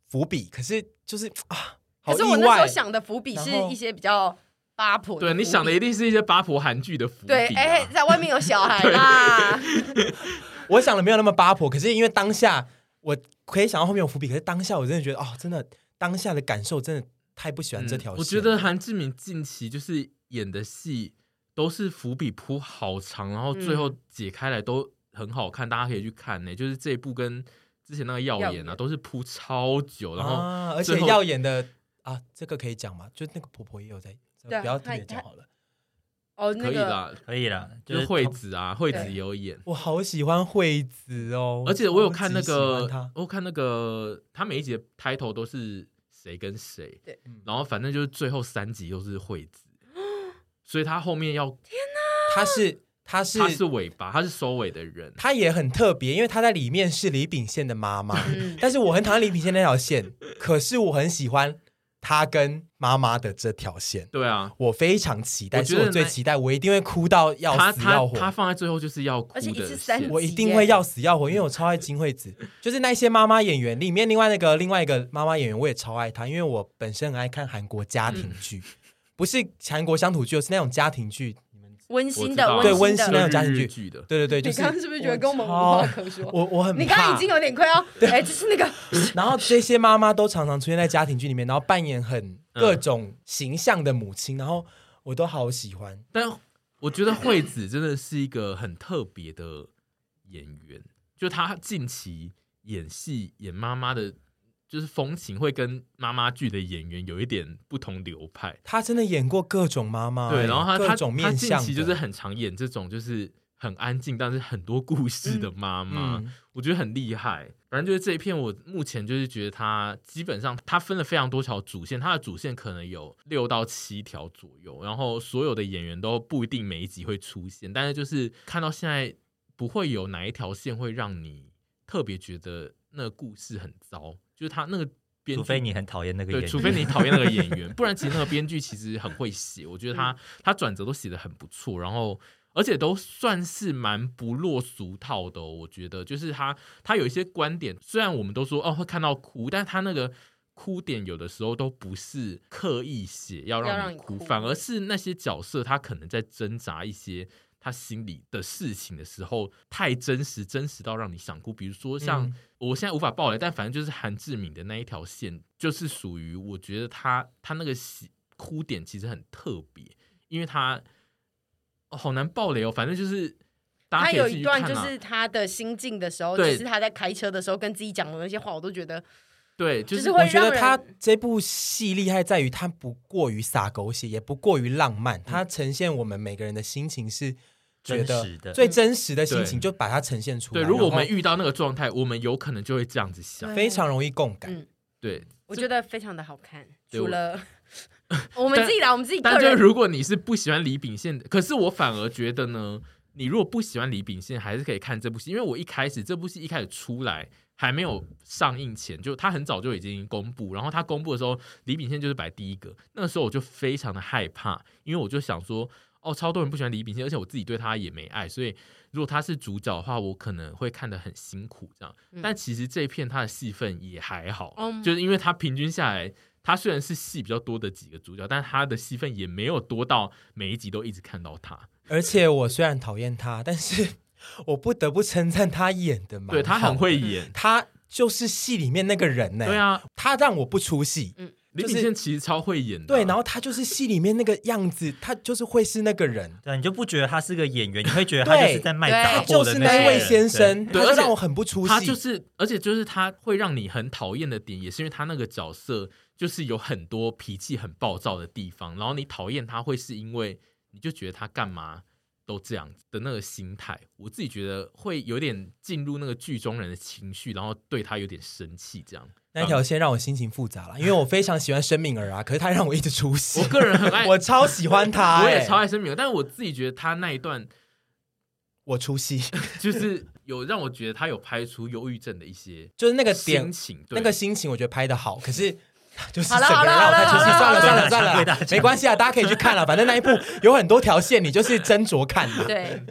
[SPEAKER 1] 伏笔，可是就是啊，好
[SPEAKER 3] 可
[SPEAKER 1] 意
[SPEAKER 3] 是我那时
[SPEAKER 1] 外
[SPEAKER 3] 候。想的伏笔是
[SPEAKER 1] 然后
[SPEAKER 3] 一些比较八婆的伏
[SPEAKER 4] 对
[SPEAKER 3] 笔，
[SPEAKER 4] 你想的一定是一些八婆韩剧的伏笔、
[SPEAKER 3] 对，
[SPEAKER 4] 啊。
[SPEAKER 3] 哎、
[SPEAKER 1] 嗯
[SPEAKER 3] 在外面有小孩啦，
[SPEAKER 1] 我想的没有那么八婆，可是因为当下我可以想到后面有伏笔，可是当下我真的觉得，哦，真的当下的感受真的太不喜欢
[SPEAKER 4] 嗯
[SPEAKER 1] 这条线。
[SPEAKER 4] 我觉得韩志敏近期就是演的戏都是伏笔铺好长，然后最
[SPEAKER 3] 嗯
[SPEAKER 4] 后解开来都很好看，大家可以去看呢、就是这一部跟之前那个耀
[SPEAKER 3] 耀
[SPEAKER 4] 眼啊，
[SPEAKER 3] 眼
[SPEAKER 4] 都是铺超久，然后、
[SPEAKER 1] 啊，而
[SPEAKER 4] 最
[SPEAKER 1] 且
[SPEAKER 4] 后
[SPEAKER 1] 耀眼的啊，这个可以讲吗？就那个婆婆也有在，
[SPEAKER 3] 对啊
[SPEAKER 1] 不要特
[SPEAKER 3] 她
[SPEAKER 1] 别讲好了。
[SPEAKER 3] 哦，
[SPEAKER 4] 可
[SPEAKER 3] 那
[SPEAKER 4] 以
[SPEAKER 3] 个
[SPEAKER 4] 啦，
[SPEAKER 2] 可以啦，
[SPEAKER 4] 就是是惠
[SPEAKER 2] 通
[SPEAKER 4] 子啊，惠子
[SPEAKER 3] 对
[SPEAKER 4] 也有演。
[SPEAKER 1] 我好喜欢惠子哦，
[SPEAKER 4] 而且我有
[SPEAKER 1] 超级
[SPEAKER 4] 看那
[SPEAKER 1] 喜
[SPEAKER 4] 个
[SPEAKER 1] 欢她，
[SPEAKER 4] 我有看那个，他每一集的 title 都是谁跟谁，
[SPEAKER 3] 对
[SPEAKER 1] 嗯
[SPEAKER 4] 然后反正就是最后三集都是惠
[SPEAKER 3] (laughs)
[SPEAKER 4] 子，所以他后面要
[SPEAKER 1] 她
[SPEAKER 3] 嗯
[SPEAKER 1] 是她是
[SPEAKER 4] 他是尾巴，他是收尾的人，
[SPEAKER 1] 她也很特别，因为她在里面是李秉宪的妈妈，
[SPEAKER 3] 嗯
[SPEAKER 1] (laughs) 但是我很讨厌李秉宪那条线，可是我很喜欢她跟妈妈的这条线，
[SPEAKER 4] 对啊，
[SPEAKER 1] 我非常期待，
[SPEAKER 4] 我觉
[SPEAKER 1] 是
[SPEAKER 4] 得
[SPEAKER 1] 我最
[SPEAKER 4] 那
[SPEAKER 1] 期待，我一定会哭到
[SPEAKER 4] 他
[SPEAKER 1] 要死
[SPEAKER 4] 他
[SPEAKER 1] 要活，
[SPEAKER 4] 他放在最后就是要哭
[SPEAKER 3] 而且一
[SPEAKER 4] 的
[SPEAKER 3] 次三
[SPEAKER 4] 线
[SPEAKER 1] 我一定会要死要活，因为我超爱金惠子，就是那些妈妈演员里面，另外那个另外一个妈妈演员我也超爱她，因为我本身很爱看韩国家庭
[SPEAKER 3] 嗯
[SPEAKER 1] 剧，不是韩国乡土剧，是那种家庭剧。
[SPEAKER 3] 温
[SPEAKER 4] 我
[SPEAKER 3] 馨
[SPEAKER 4] 知
[SPEAKER 3] 的
[SPEAKER 4] 道
[SPEAKER 3] 温
[SPEAKER 1] 对
[SPEAKER 3] 馨
[SPEAKER 1] 温
[SPEAKER 3] 的
[SPEAKER 1] 馨的那种家
[SPEAKER 4] 就
[SPEAKER 1] 庭
[SPEAKER 4] 是日
[SPEAKER 1] 剧
[SPEAKER 4] 剧的，
[SPEAKER 1] 对对对，就
[SPEAKER 3] 你
[SPEAKER 1] 是
[SPEAKER 3] 刚刚是不是觉得跟我们无
[SPEAKER 1] 超
[SPEAKER 3] 话可说？
[SPEAKER 1] 我我很
[SPEAKER 3] 你刚刚
[SPEAKER 1] 怕
[SPEAKER 3] 已经有点快要，哎、就是那个
[SPEAKER 1] 然后这些妈妈都常常出现在家庭剧里面，然后扮演很
[SPEAKER 4] 嗯
[SPEAKER 1] 各种形象的母亲，然后我都好喜欢。
[SPEAKER 4] 但我觉得惠子真的是一个很特别的演员，就她近期演戏演妈妈的，就是风情会跟妈妈剧的演员有一点不同流派。
[SPEAKER 1] 她真的演过各种妈妈，欸
[SPEAKER 4] 对，然后她
[SPEAKER 1] 各
[SPEAKER 4] 她
[SPEAKER 1] 种
[SPEAKER 4] 她
[SPEAKER 1] 面
[SPEAKER 4] 近
[SPEAKER 1] 向的
[SPEAKER 4] 期就是很常演这种就是。很安静，但是很多故事的妈妈，
[SPEAKER 1] 嗯
[SPEAKER 4] 我觉得很厉害。反正就是这一片，我目前就是觉得它基本上它分了非常多条主线，它的主线可能有六到七条左右，然后所有的演员都不一定每一集会出现，但是就是看到现在不会有哪一条线会让你特别觉得那个故事很糟，就是它那个编剧
[SPEAKER 2] 除非你很讨厌那个演
[SPEAKER 4] 对，
[SPEAKER 2] 员，
[SPEAKER 4] 除非你讨厌那个演员，不然其实那个编剧其实很会写，我觉得他、他转折都写的很不错，然后而且都算是蛮不落俗套的哦、我觉得就是他他有一些观点，虽然我们都说哦会看到哭，但他那个。哭点有的时候都不是刻意写要
[SPEAKER 3] 要
[SPEAKER 4] 让
[SPEAKER 3] 让
[SPEAKER 4] 你
[SPEAKER 3] 你
[SPEAKER 4] 哭，
[SPEAKER 3] 哭
[SPEAKER 4] 反而是那些角色他可能在挣扎一些他心里的事情的时候，太真实，真实到让你想哭。比如说像、
[SPEAKER 1] 嗯
[SPEAKER 4] 我现在无法爆雷，但反正就是韩志敏的那一条线，就是属于我觉得他他那个喜哭点其实很特别，因为他、哦好难爆雷哦，反正就是大
[SPEAKER 3] 他
[SPEAKER 4] 家
[SPEAKER 3] 有
[SPEAKER 4] 可以自己
[SPEAKER 3] 一
[SPEAKER 4] 去
[SPEAKER 3] 段
[SPEAKER 4] 看啊。
[SPEAKER 3] 就是他的心境的时候，
[SPEAKER 4] 对
[SPEAKER 3] 就是他在开车的时候跟自己讲的那些话，我都觉得
[SPEAKER 4] 对，就
[SPEAKER 3] 就是是会
[SPEAKER 1] 我觉得
[SPEAKER 3] 让人
[SPEAKER 1] 他这部戏厉害在于他不过于洒狗血，也不过于浪
[SPEAKER 4] 嗯
[SPEAKER 1] 漫，它呈现我们每个人的心情是觉
[SPEAKER 2] 真
[SPEAKER 1] 得
[SPEAKER 2] 实的
[SPEAKER 1] 最真实的心
[SPEAKER 4] 对
[SPEAKER 1] 情，就把它呈现出来。
[SPEAKER 4] 对，如果我
[SPEAKER 1] 然后
[SPEAKER 3] 哦
[SPEAKER 4] 们遇到那个状态，我们有可能就会这样子想。
[SPEAKER 3] 对
[SPEAKER 1] 非常容易共感，
[SPEAKER 3] 嗯
[SPEAKER 4] 对，
[SPEAKER 3] 我觉得非常的好看。
[SPEAKER 4] 对
[SPEAKER 3] 除
[SPEAKER 4] 我
[SPEAKER 3] 了 (laughs) 我们自己来，我们自己个
[SPEAKER 4] 但就
[SPEAKER 3] 人
[SPEAKER 4] 如果你是不喜欢李秉宪的，可是我反而觉得呢，你如果不喜欢李秉宪，还是可以看这部戏，因为我一开始这部戏一开始出来还没有上映前，就他很早就已经公布，然后他公布的时候，李秉宪就是摆第一个，那个时候我就非常的害怕，因为我就想说。哦，超多人不喜欢李秉宪，而且我自己对他也没爱，所以如果他是主角的话，我可能会看得很辛苦这样。但其实这一片他的戏份也还好，
[SPEAKER 3] 嗯
[SPEAKER 4] 就是因为他平均下来他虽然是戏比较多的几个主角，但他的戏份也没有多到每一集都一直看到他。
[SPEAKER 1] 而且我虽然讨厌他，但是 (laughs) 我不得不称赞他演的嘛，
[SPEAKER 4] 对他很，会演，
[SPEAKER 1] 他就是戏里面那个人呢、
[SPEAKER 4] 对，啊，嗯
[SPEAKER 1] 他让我不出戏。
[SPEAKER 4] 李
[SPEAKER 1] 就是
[SPEAKER 4] 秉宪其实超会演的啊、
[SPEAKER 1] 对，然后他就是戏里面那个样子，他就是会是那个人，
[SPEAKER 2] 对，你就不觉得他是个演员，你会觉得他就
[SPEAKER 1] 对
[SPEAKER 2] 是在卖
[SPEAKER 3] 对
[SPEAKER 2] 杂
[SPEAKER 1] 他
[SPEAKER 2] 货
[SPEAKER 1] 就
[SPEAKER 2] 的
[SPEAKER 1] 是
[SPEAKER 2] 那
[SPEAKER 1] 那
[SPEAKER 2] 些
[SPEAKER 1] 一位
[SPEAKER 2] 人
[SPEAKER 1] 先。生，
[SPEAKER 4] 对
[SPEAKER 1] 他就
[SPEAKER 4] 而且
[SPEAKER 1] 让我很不出戏。
[SPEAKER 4] 他就是，而且就是他会让你很讨厌的点，也是因为他那个角色就是有很多脾气很暴躁的地方，然后你讨厌他会是因为你就觉得他干嘛都这样的那个心态，我自己觉得会有点进入那个剧中人的情绪，然后对他有点生气这样。
[SPEAKER 1] 那一条线让我心情复杂了，因为我非常喜欢申敏儿啊， (laughs) 可是他让我一直出戏。
[SPEAKER 4] 我个人很
[SPEAKER 1] (laughs)
[SPEAKER 4] 爱，
[SPEAKER 1] 我超喜欢他、
[SPEAKER 4] (laughs) 我也
[SPEAKER 1] 哎
[SPEAKER 4] 超爱申敏儿，但是我自己觉得他那一段
[SPEAKER 1] 我出戏，
[SPEAKER 4] 就是有让我觉得他有拍出忧郁症的一些
[SPEAKER 1] 就是那个
[SPEAKER 4] 心
[SPEAKER 1] 点，
[SPEAKER 4] 情，对
[SPEAKER 1] 那个心情，我觉得拍的好，可是。就是
[SPEAKER 3] 好
[SPEAKER 1] 整
[SPEAKER 3] 了
[SPEAKER 1] 个人让
[SPEAKER 3] 好
[SPEAKER 1] 我
[SPEAKER 3] 了
[SPEAKER 1] 太出戏，
[SPEAKER 3] 好
[SPEAKER 1] 算
[SPEAKER 3] 了
[SPEAKER 1] 了算了
[SPEAKER 2] 好
[SPEAKER 1] 算
[SPEAKER 2] 了好了
[SPEAKER 1] 了，没关系啊，大家可以去看了，反正那一部有很多条线，你就是斟酌看嘛。
[SPEAKER 3] 对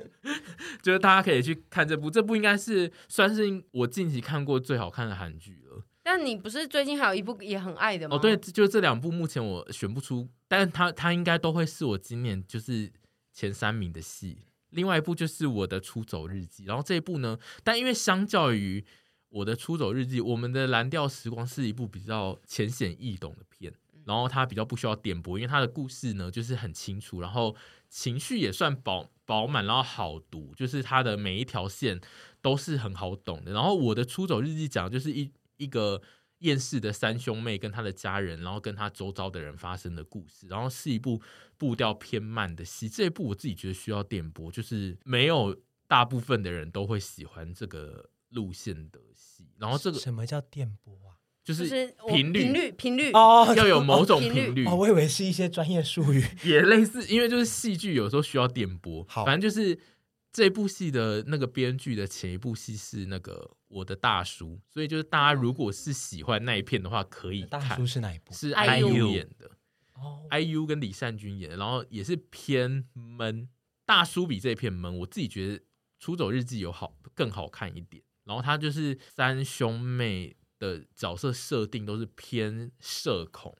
[SPEAKER 4] 就是大家可以去看这部，这部应该是算是我近期看过最好看的韩剧了。
[SPEAKER 3] 但你不是最近还有一部也很爱的吗？
[SPEAKER 4] 哦，对，，就这两部目前我选不出，但它它应该都会是我今年就是前三名的戏。另外一部就是我的《出走日记》，然后这一部呢，但因为相较于我的《出走日记》，我们的《蓝调时光》是一部比较浅显易懂的片，
[SPEAKER 3] 嗯
[SPEAKER 4] 然后它比较不需要点拨，因为它的故事呢就是很清楚，然后情绪也算饱饱满，然后好读，就是它的每一条线都是很好懂的。然后我的《出走日记》讲的就是一一个厌世的三兄妹跟他的家人，然后跟他周遭的人发生的故事，然后是一部步调偏慢的戏。这一部我自己觉得需要电波，就是没有大部分的人都会喜欢这个路线的戏。然后这个
[SPEAKER 1] 什么叫电波啊？
[SPEAKER 4] 就
[SPEAKER 3] 就是是我
[SPEAKER 4] 频率
[SPEAKER 3] 频率频率
[SPEAKER 1] 哦
[SPEAKER 4] 要有某种
[SPEAKER 3] 频率
[SPEAKER 4] 频率，
[SPEAKER 1] 哦，我以为是一些专业术语。
[SPEAKER 4] 也类似，因为就是戏剧有时候需要电波。
[SPEAKER 1] 好
[SPEAKER 4] 反正就是这部戏的那个编剧的前一部戏是那个我的大叔，所以就是大家如果是喜欢那一哦片的话，可以
[SPEAKER 1] 大
[SPEAKER 4] 看
[SPEAKER 1] 叔。是哪一部？
[SPEAKER 4] 是
[SPEAKER 3] IU
[SPEAKER 4] IU 演的
[SPEAKER 1] 哦，
[SPEAKER 4] ，IU 跟李善均演的，然后也是偏闷。大叔比这一片闷，我自己觉得《出走日记》有好更好看一点。然后他就是三兄妹的角色设定都是偏社恐，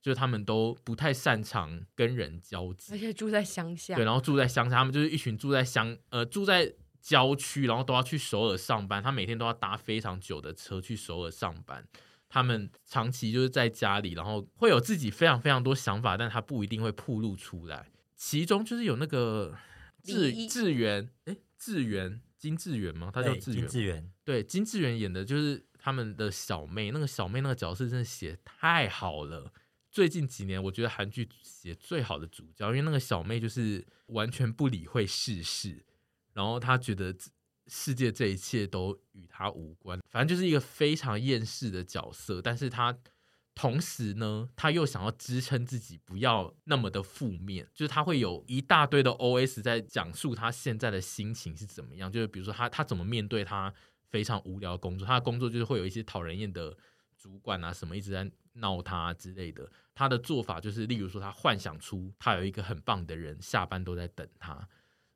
[SPEAKER 4] 就是他们都不太擅长跟人交际
[SPEAKER 3] 而。且住在乡下
[SPEAKER 4] 对，，然后住在乡下，他们就是一群住在乡呃住在郊区，然后都要去首尔上班，他每天都要搭非常久的车去首尔上班。他们长期就是在家里，然后会有自己非常非常多想法，但他不一定会暴露出来。其中就是有那个志
[SPEAKER 3] 李一
[SPEAKER 4] 志源，哎，志源金志源吗？他叫
[SPEAKER 2] 对
[SPEAKER 4] 志
[SPEAKER 2] 金
[SPEAKER 4] 源，
[SPEAKER 2] 志源，
[SPEAKER 4] 对，金智媛演的就是他们的小妹，那个小妹那个角色真的写得太好了。最近几年，我觉得韩剧写最好的主角，因为那个小妹就是完全不理会世事，然后他觉得世界这一切都与他无关，反正就是一个非常厌世的角色。但是他同时呢，他又想要支撑自己不要那么的负面，就是他会有一大堆的 OS 在讲述他现在的心情是怎么样，就是比如说他他怎么面对他非常无聊的工作，他的工作就是会有一些讨人厌的主管啊什么一直在闹他啊之类的。他的做法就是，例如说他幻想出他有一个很棒的人下班都在等他，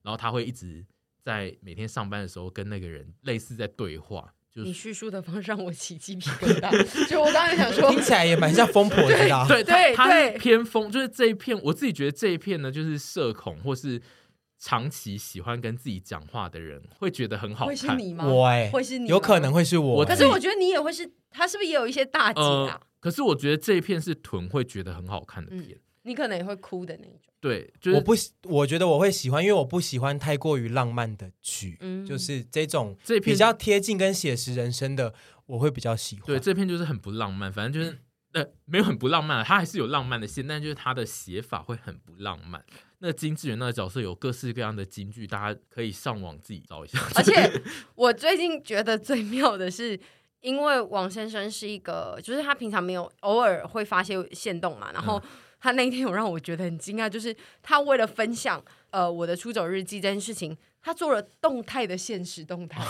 [SPEAKER 4] 然后他会一直在每天上班的时候跟那个人类似在对话，就
[SPEAKER 3] 你
[SPEAKER 4] 是
[SPEAKER 3] 叙述的方式让我起鸡皮疙
[SPEAKER 4] (laughs)
[SPEAKER 3] 瘩，就我刚才想说
[SPEAKER 1] 听，起来也蛮像疯婆子的啊、
[SPEAKER 4] 对
[SPEAKER 3] (laughs) 对
[SPEAKER 4] 他他是
[SPEAKER 3] 对
[SPEAKER 4] 偏疯，就是这一片，我自己觉得这一片呢，就是社恐或是长期喜欢跟自己讲话的人会觉得很好
[SPEAKER 3] 会是
[SPEAKER 4] 看。
[SPEAKER 3] 你吗？
[SPEAKER 1] 我哎、
[SPEAKER 3] 会是你吗，
[SPEAKER 1] 有可能会是我、
[SPEAKER 4] 我
[SPEAKER 3] 可
[SPEAKER 1] 欸
[SPEAKER 3] 是我觉得你也会是，他是不是也有一些大姐啊
[SPEAKER 4] 呃？，可是我觉得这一片是屯会觉得很好看的
[SPEAKER 3] 嗯
[SPEAKER 4] 片，
[SPEAKER 3] 你可能也会哭的那一种。
[SPEAKER 4] 对，就
[SPEAKER 1] 我
[SPEAKER 4] 是
[SPEAKER 1] 不喜，我觉得我会喜欢，因为我不喜欢太过于浪漫的剧，
[SPEAKER 3] 嗯
[SPEAKER 1] 就是这种
[SPEAKER 4] 这片
[SPEAKER 1] 比较贴近跟写实人生的，我会比较喜欢。
[SPEAKER 4] 对，这篇就是很不浪漫，反正就是
[SPEAKER 3] 嗯
[SPEAKER 4] 呃没有很不浪漫啊，它还是有浪漫的线，但就是它的写法会很不浪漫。那金智媛那个角色有各式各样的金句，大家可以上网自己找一下。
[SPEAKER 3] 而且我最近觉得最妙的是，因为王先生是一个，就是他平常没有，偶尔会发些线动嘛，然
[SPEAKER 4] 嗯
[SPEAKER 3] 后。他那一天有让我觉得很惊讶，就是他为了分享呃我的出走日记这件事情，他做了动态的现实动态，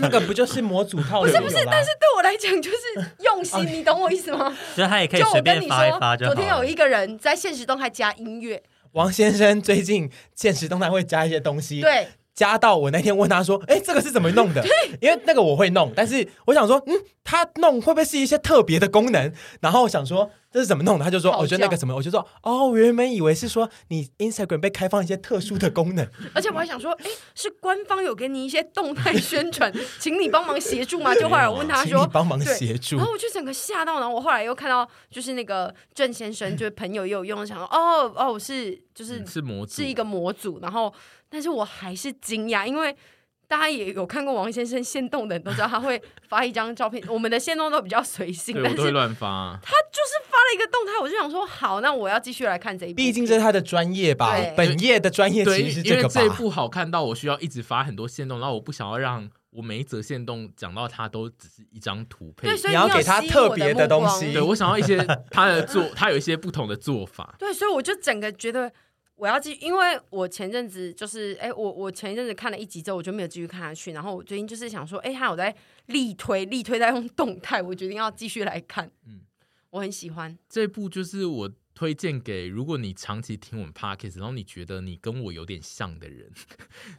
[SPEAKER 1] 那个不就是模组套？不
[SPEAKER 3] 不是不是，但是对我来讲就是用心，你懂我意思吗？
[SPEAKER 2] 所以他也可以
[SPEAKER 3] 就
[SPEAKER 2] 随
[SPEAKER 3] 我跟
[SPEAKER 2] 便
[SPEAKER 3] 你
[SPEAKER 2] 发一发
[SPEAKER 3] 说，
[SPEAKER 2] 就好
[SPEAKER 3] 昨
[SPEAKER 2] 了。
[SPEAKER 3] 天有一个人在现实动态加音乐，
[SPEAKER 1] 王先生最近现实动态会加一些东西，，
[SPEAKER 3] 对，
[SPEAKER 1] 加到我那天问他说：“哎、这个是怎么弄的？”因为那个我会弄，但是我想说，嗯，他弄会不会是一些特别的功能？然后我想说这是怎么弄的，他就说：“
[SPEAKER 3] 好
[SPEAKER 1] 我觉得那个
[SPEAKER 3] 笑
[SPEAKER 1] 什么，我就说哦，我原本以为是说你 Instagram 被开放一些特殊的功能，
[SPEAKER 3] 而且我还想说，哎，是官方有给你一些动态宣传，请你帮忙协助吗？就后来我问他
[SPEAKER 1] 啊请你
[SPEAKER 3] 说，
[SPEAKER 1] 帮忙
[SPEAKER 3] 对
[SPEAKER 1] 协助
[SPEAKER 3] 然。后我就整个吓到，然后我后来又看到，就是那个郑先生，就是朋友也有用，想说，哦哦，是就是
[SPEAKER 4] 嗯是模组
[SPEAKER 3] 是一个模组，然后但是我还是惊讶，因为。大家也有看过王先生现动的人都知道，他会发一张照片。我们的现动都比较随性，
[SPEAKER 4] 对
[SPEAKER 3] 但是
[SPEAKER 4] 我都会乱发啊、
[SPEAKER 3] 他就是发了一个动态，我就想说，好，那我要继续来看这一部。
[SPEAKER 1] 毕竟这是他的专业吧
[SPEAKER 3] 对，
[SPEAKER 1] 本业的专业
[SPEAKER 4] 对，
[SPEAKER 1] 其实是
[SPEAKER 4] 因
[SPEAKER 1] 这
[SPEAKER 4] 为
[SPEAKER 1] 个
[SPEAKER 4] 这一
[SPEAKER 1] 吧。
[SPEAKER 4] 部好看到我需要一直发很多线动，然后我不想要让我每一则线动讲到它都只是一张图配
[SPEAKER 3] 对，。所以
[SPEAKER 1] 你要
[SPEAKER 3] 有
[SPEAKER 1] 给他
[SPEAKER 3] 吸引
[SPEAKER 1] 特
[SPEAKER 3] 我
[SPEAKER 1] 别
[SPEAKER 3] 的
[SPEAKER 1] 的
[SPEAKER 3] 目
[SPEAKER 1] 东
[SPEAKER 3] 光
[SPEAKER 1] 西
[SPEAKER 4] 对我想要一
[SPEAKER 1] (laughs)
[SPEAKER 4] 些它的做，它有一些不同的做法。
[SPEAKER 3] 对，所以我就整个觉得我要继续，因为我前阵子就是，哎，我我前一阵子看了一集之后，我就没有继续看下去。然后我最近就是想说，哎，他有在力推，力推在用动态，我决定要继续来看。嗯
[SPEAKER 4] 嗯，
[SPEAKER 3] 我很喜欢。 (laughs)
[SPEAKER 4] 这部就是我推荐给如果你长期听我们 podcast，然后你觉得你跟我有点像的人，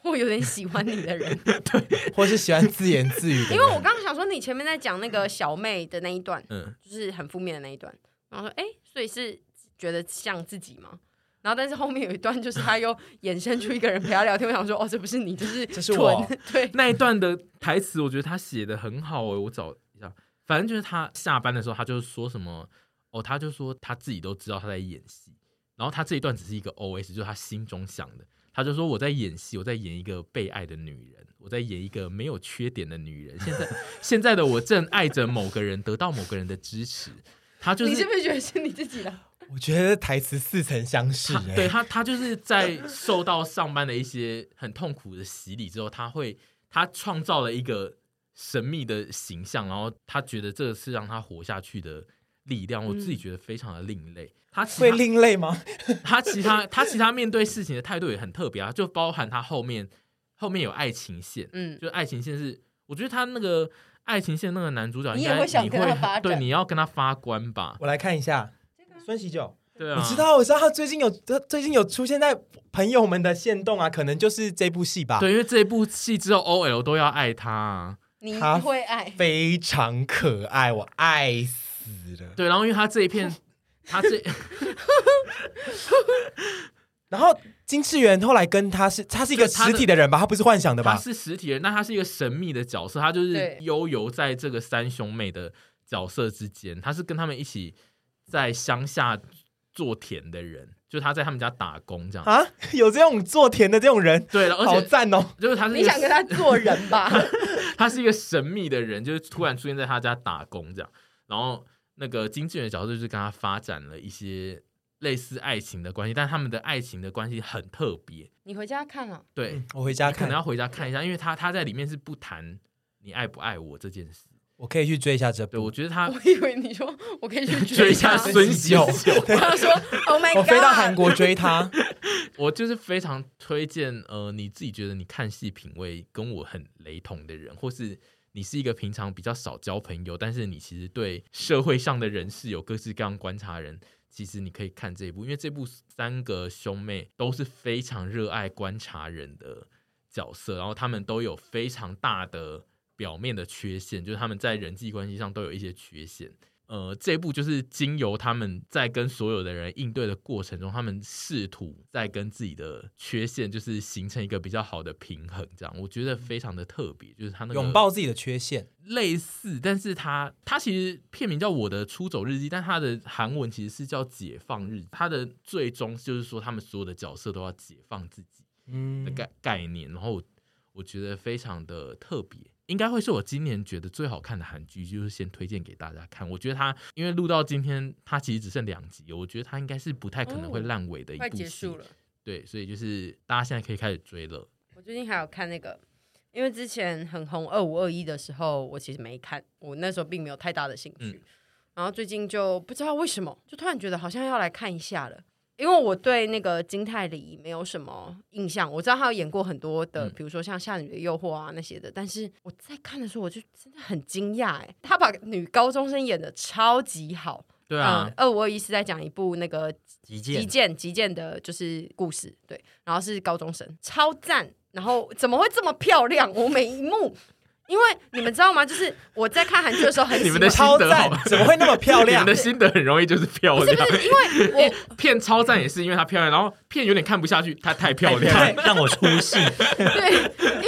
[SPEAKER 3] 我有点喜欢你的人，
[SPEAKER 1] (laughs) 或是喜欢自言自语
[SPEAKER 3] (laughs)
[SPEAKER 1] 的人，
[SPEAKER 3] 因为我刚刚想说，你前面在讲那个小妹的那一段，
[SPEAKER 4] 嗯，
[SPEAKER 3] 就是很负面的那一段，然后说，哎，所以是觉得像自己吗？然后，但是后面有一段就是他又衍生出一个人陪他聊天，我想说，哦，这不是你，这是
[SPEAKER 1] 这是我
[SPEAKER 3] 纯，对，
[SPEAKER 4] 那一段的台词，我觉得他写的很好欸诶、我找一下，反正就是他下班的时候，他就说什么哦，他就说他自己都知道他在演戏，然后他这一段只是一个 O S，就是他心中想的，他就说我在演戏，我在演一个被爱的女人，我在演一个没有缺点的女人。现在现在的我正爱着某个人，得到某个人的支持。他就
[SPEAKER 3] 你
[SPEAKER 4] 是
[SPEAKER 3] 是不是觉得是你自己的？
[SPEAKER 1] 我觉得台词似曾相识、
[SPEAKER 4] 他
[SPEAKER 1] 哎
[SPEAKER 4] (laughs) 对他，他就是在受到上班的一些很痛苦的洗礼之后，他会他创造了一个神秘的形象，然后他觉得这是让他活下去的力量。我自
[SPEAKER 3] 嗯
[SPEAKER 4] 己觉得非常的另类。他其
[SPEAKER 1] 会
[SPEAKER 4] 他
[SPEAKER 1] 另类吗？
[SPEAKER 4] 他其他他其他面对事情的态度也很特别啊，就包含他后面后面有爱情线，
[SPEAKER 3] 嗯，
[SPEAKER 4] 就爱情线是我觉得他那个爱情线那个男主角
[SPEAKER 3] 你
[SPEAKER 4] 应
[SPEAKER 3] 也
[SPEAKER 4] 该
[SPEAKER 3] 会想
[SPEAKER 4] 你
[SPEAKER 3] 跟他发展
[SPEAKER 4] 对你要跟他发官吧？
[SPEAKER 1] 我来看一下，孙喜九，
[SPEAKER 4] 对啊，
[SPEAKER 1] 我知道，我知道他最近有他最近有出现在朋友们的线动啊，可能就是这部
[SPEAKER 3] 啊
[SPEAKER 1] 戏吧。，
[SPEAKER 4] 对，因为这一部戏之后 OL 都要爱他、啊。
[SPEAKER 3] 你
[SPEAKER 1] 他
[SPEAKER 3] 会爱，
[SPEAKER 1] 非常可爱，我爱死了。
[SPEAKER 4] 对，然后因为他这一
[SPEAKER 3] (laughs)
[SPEAKER 4] 片，他这
[SPEAKER 1] 然后金智媛后来跟他是，他是一个
[SPEAKER 4] 就他
[SPEAKER 1] 实
[SPEAKER 4] 的
[SPEAKER 1] 体的人吧，他不是幻想的
[SPEAKER 4] 他
[SPEAKER 1] 吧？
[SPEAKER 4] 是实体人，那他是一个神秘的角色，他就是
[SPEAKER 3] 对
[SPEAKER 4] 悠游在这个三兄妹的角色之间，他是跟他们一起在乡下做田的人，就他在他们家打工这样。
[SPEAKER 1] 啊，有这种做田的这种人，
[SPEAKER 4] 对，然后
[SPEAKER 1] 好
[SPEAKER 4] 而且
[SPEAKER 1] 赞哦！
[SPEAKER 4] 就是他是
[SPEAKER 3] 你
[SPEAKER 4] 一
[SPEAKER 3] 想
[SPEAKER 4] 个
[SPEAKER 3] 跟他做人吧？
[SPEAKER 1] (laughs)
[SPEAKER 4] 他是一个神秘的人，就是突然出现在他家打工这样，然后那个金智媛的角色就是跟他发展了一些类似爱情的关系，但他们的爱情的关系很特别。
[SPEAKER 3] 你回家看啊，
[SPEAKER 4] 对，
[SPEAKER 1] 嗯我回家
[SPEAKER 4] 你可
[SPEAKER 1] 看
[SPEAKER 4] 能，要回家看一下，因为他他在里面是不谈你爱不爱我这件事。
[SPEAKER 1] 我可以去追一下这
[SPEAKER 4] 对，
[SPEAKER 1] 部。
[SPEAKER 4] 我觉得他 (laughs)
[SPEAKER 3] 我以为你说我可以去
[SPEAKER 4] 追一下
[SPEAKER 3] 他
[SPEAKER 4] 孙喜九， (laughs)
[SPEAKER 3] 他说 Oh my
[SPEAKER 1] (laughs)
[SPEAKER 3] God，
[SPEAKER 1] 我飞
[SPEAKER 4] 啊
[SPEAKER 1] 到韩国追他，
[SPEAKER 4] 我就是非常推荐，呃，你自己觉得你看戏品味跟我很雷同的人，或是你是一个平常比较少交朋友，但是你其实对社会上的人士有各式各样观察的人，其实你可以看这一部，因为这部三个兄妹都是非常热爱观察人的角色，然后他们都有非常大的表面的缺陷，就是他们在人际关系上都有一些缺陷。呃，这一部就是经由他们在跟所有的人应对的过程中，他们试图在跟自己的缺陷，就是形成一个比较好的平衡，这样我觉得非常的特别，就是他那个
[SPEAKER 1] 拥抱自己的缺陷。
[SPEAKER 4] 类似，但是它它其实片名叫《我的出走日记》，但它的韩文其实是叫《解放日记》，它的最终就是说他们所有的角色都要解放自己
[SPEAKER 1] 嗯
[SPEAKER 4] 的，概概念，然后我觉得非常的特别。应该会是我今年觉得最好看的韩剧，就是先推荐给大家看。我觉得它，因为录到今天，它其实只剩两集，我觉得它应该是不太可能会烂尾的一部、
[SPEAKER 3] 哦快结束了。。
[SPEAKER 4] 对，所以就是大家现在可以开始追了。
[SPEAKER 3] 我最近还有看那个，因为之前很红二五二一的时候，我其实没看，我那时候并没有太大的兴趣。
[SPEAKER 4] 嗯
[SPEAKER 3] 然后最近就不知道为什么，就突然觉得好像要来看一下了。因为我对那个金泰梨没有什么印象，我知道他有演过很多的，
[SPEAKER 4] 嗯
[SPEAKER 3] 比如说像《夏女的诱惑》啊那些的，但是我在看的时候，我就真的很惊讶，哎，他把女高中生演的超级好。
[SPEAKER 4] 对啊，
[SPEAKER 3] 嗯，二五二一是在讲一部那个
[SPEAKER 2] 极
[SPEAKER 3] 击
[SPEAKER 2] 简，
[SPEAKER 3] 剑击剑的就是故事，对，然后是高中生，超赞。然后怎么会这么漂亮？我每一幕，因为你们知道吗？就是我在看韩剧的时候很喜欢，
[SPEAKER 4] (laughs) 你们的心
[SPEAKER 1] 超
[SPEAKER 4] 得好
[SPEAKER 1] 赞，怎么会那么漂
[SPEAKER 4] 你
[SPEAKER 1] 亮
[SPEAKER 4] (laughs) 们的？心得很容易就是漂
[SPEAKER 3] 不
[SPEAKER 4] 亮。
[SPEAKER 3] 是不是，因为
[SPEAKER 4] 片超赞也是因为她漂亮，然后片有点看不下去，她太漂亮
[SPEAKER 2] 让让我出
[SPEAKER 3] (laughs)
[SPEAKER 2] 戏，
[SPEAKER 4] (laughs)
[SPEAKER 3] 我哎对，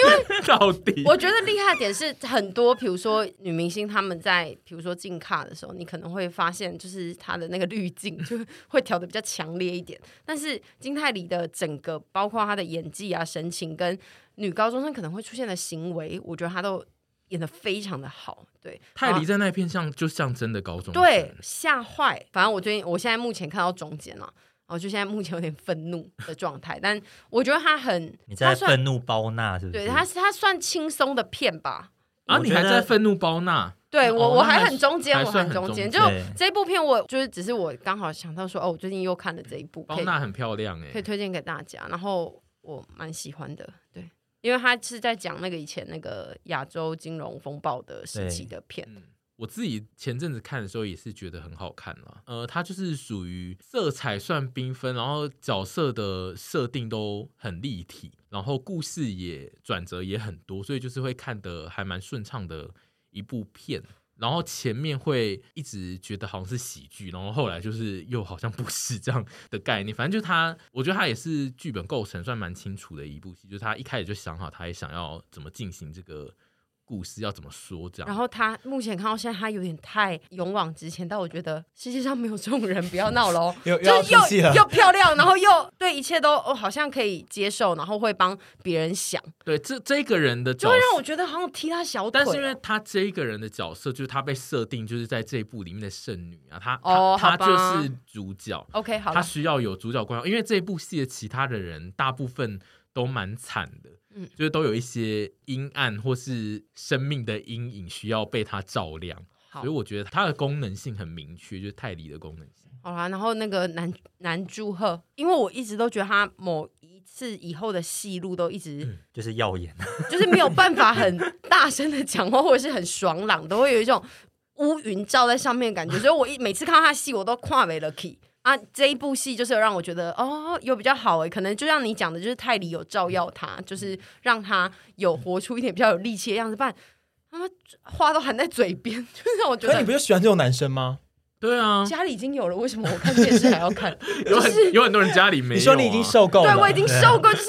[SPEAKER 4] 到底。
[SPEAKER 3] 我觉得厉害的点是很多，比如说女明星她们在比如说进卡的时候，你可能会发现就是她的那个滤镜就会调的比较强烈一点。但是金泰梨的整个，包括她的演技啊、神情跟女高中生可能会出现的行为，我觉得她都演的非常的好。对，
[SPEAKER 4] 泰
[SPEAKER 3] 然
[SPEAKER 4] 迪
[SPEAKER 3] 后
[SPEAKER 4] 在那片像就像真的高中生
[SPEAKER 3] 啊对，吓坏。反正我最近，我现在目前看到中间了。然后就现在目前有点愤怒的状态，但我觉得她很，
[SPEAKER 2] 你
[SPEAKER 3] 她
[SPEAKER 2] 在
[SPEAKER 3] 算
[SPEAKER 2] 愤怒包纳是不是？
[SPEAKER 3] 对她她算轻松的片吧，
[SPEAKER 4] 啊，
[SPEAKER 2] 我
[SPEAKER 4] 你
[SPEAKER 2] 觉
[SPEAKER 4] 还
[SPEAKER 2] 得
[SPEAKER 4] 在愤怒包纳，
[SPEAKER 3] 对我、
[SPEAKER 4] 哦
[SPEAKER 3] 我
[SPEAKER 4] 那
[SPEAKER 3] 还
[SPEAKER 4] 还
[SPEAKER 3] 很中间，
[SPEAKER 4] 还
[SPEAKER 3] 我
[SPEAKER 4] 算
[SPEAKER 3] 很
[SPEAKER 4] 很
[SPEAKER 3] 中间。就
[SPEAKER 4] 中
[SPEAKER 2] 间
[SPEAKER 3] 这部片我，就是只是我刚好想到说，哦，我最近又看了这一部，
[SPEAKER 4] 包
[SPEAKER 3] 可以
[SPEAKER 4] 纳很漂亮哎、
[SPEAKER 3] 可以推荐给大家。然后我蛮喜欢的，对，因为它是在讲那个以前那个亚洲金融风暴的时期的片。
[SPEAKER 4] 嗯，我自己前阵子看的时候也是觉得很好看啦。呃，它就是属于色彩算缤纷，然后角色的设定都很立体，然后故事也转折也很多，所以就是会看得还蛮顺畅的一部片。然后前面会一直觉得好像是喜剧，然后后来就是又好像不是这样的概念。反正就他，我觉得他也是剧本构成算蛮清楚的一部戏，就是他一开始就想好他也想要怎么进行这个故事，要怎么说这样。
[SPEAKER 3] 然后他目前看到现在，他有点太勇往直前，但我觉得世界上没有这种人，不要闹
[SPEAKER 4] (laughs)
[SPEAKER 3] 喽。
[SPEAKER 1] 又又
[SPEAKER 3] 就
[SPEAKER 1] 要
[SPEAKER 3] 是
[SPEAKER 1] 出戏
[SPEAKER 3] 又
[SPEAKER 1] 了，
[SPEAKER 3] 又漂亮，然后又对一切都哦，好像可以接受，然后会帮别人想，
[SPEAKER 4] 对，这这个人的角
[SPEAKER 3] 就会让
[SPEAKER 4] 色，
[SPEAKER 3] 我觉得好像踢他小腿
[SPEAKER 4] 但
[SPEAKER 3] 哦。
[SPEAKER 4] 是因为他这一个人的角色，就是他被设定就是在这一部里面的剩女啊，他
[SPEAKER 3] 哦
[SPEAKER 4] 他
[SPEAKER 3] 好吧
[SPEAKER 4] 他就是主角，
[SPEAKER 3] OK 好
[SPEAKER 4] 他
[SPEAKER 3] 了，
[SPEAKER 4] 需要有主角光环，因为这部戏的其他的人大部分都蛮惨的，
[SPEAKER 3] 嗯
[SPEAKER 4] 就是都有一些阴暗或是生命的阴影需要被他照亮，
[SPEAKER 3] 好
[SPEAKER 4] 所以我觉得它的功能性很明确，就是泰迪的功能性。
[SPEAKER 3] 好啦，然后那个男男祝贺，因为我一直都觉得他某一次以后的戏路都一直、
[SPEAKER 4] 嗯
[SPEAKER 2] 就是耀眼，啊
[SPEAKER 3] 就是没有办法很大声的讲话，或者是很爽朗，都会有一种乌云罩在上面的感觉。所以我一每次看到他的戏，我都跨没了 key 啊。这一部戏就是有让我觉得哦，有比较好诶，可能就像你讲的，就是泰里有照耀他，
[SPEAKER 4] 嗯
[SPEAKER 3] 就是让他有活出一点比较有力气的样子，不然他妈话都含在嘴边， (laughs) 就是让我觉
[SPEAKER 1] 可你
[SPEAKER 3] 得
[SPEAKER 1] 不就喜欢这种男生吗？
[SPEAKER 4] 对啊，
[SPEAKER 3] 家里已经有了，为什么我看电视还要看？
[SPEAKER 4] (laughs) 有
[SPEAKER 3] 就
[SPEAKER 4] 很
[SPEAKER 3] 是
[SPEAKER 4] 有很多
[SPEAKER 3] (laughs)
[SPEAKER 4] 人家里没有、啊，
[SPEAKER 1] 你说你已经受够了，
[SPEAKER 3] 对，我已经受够，就是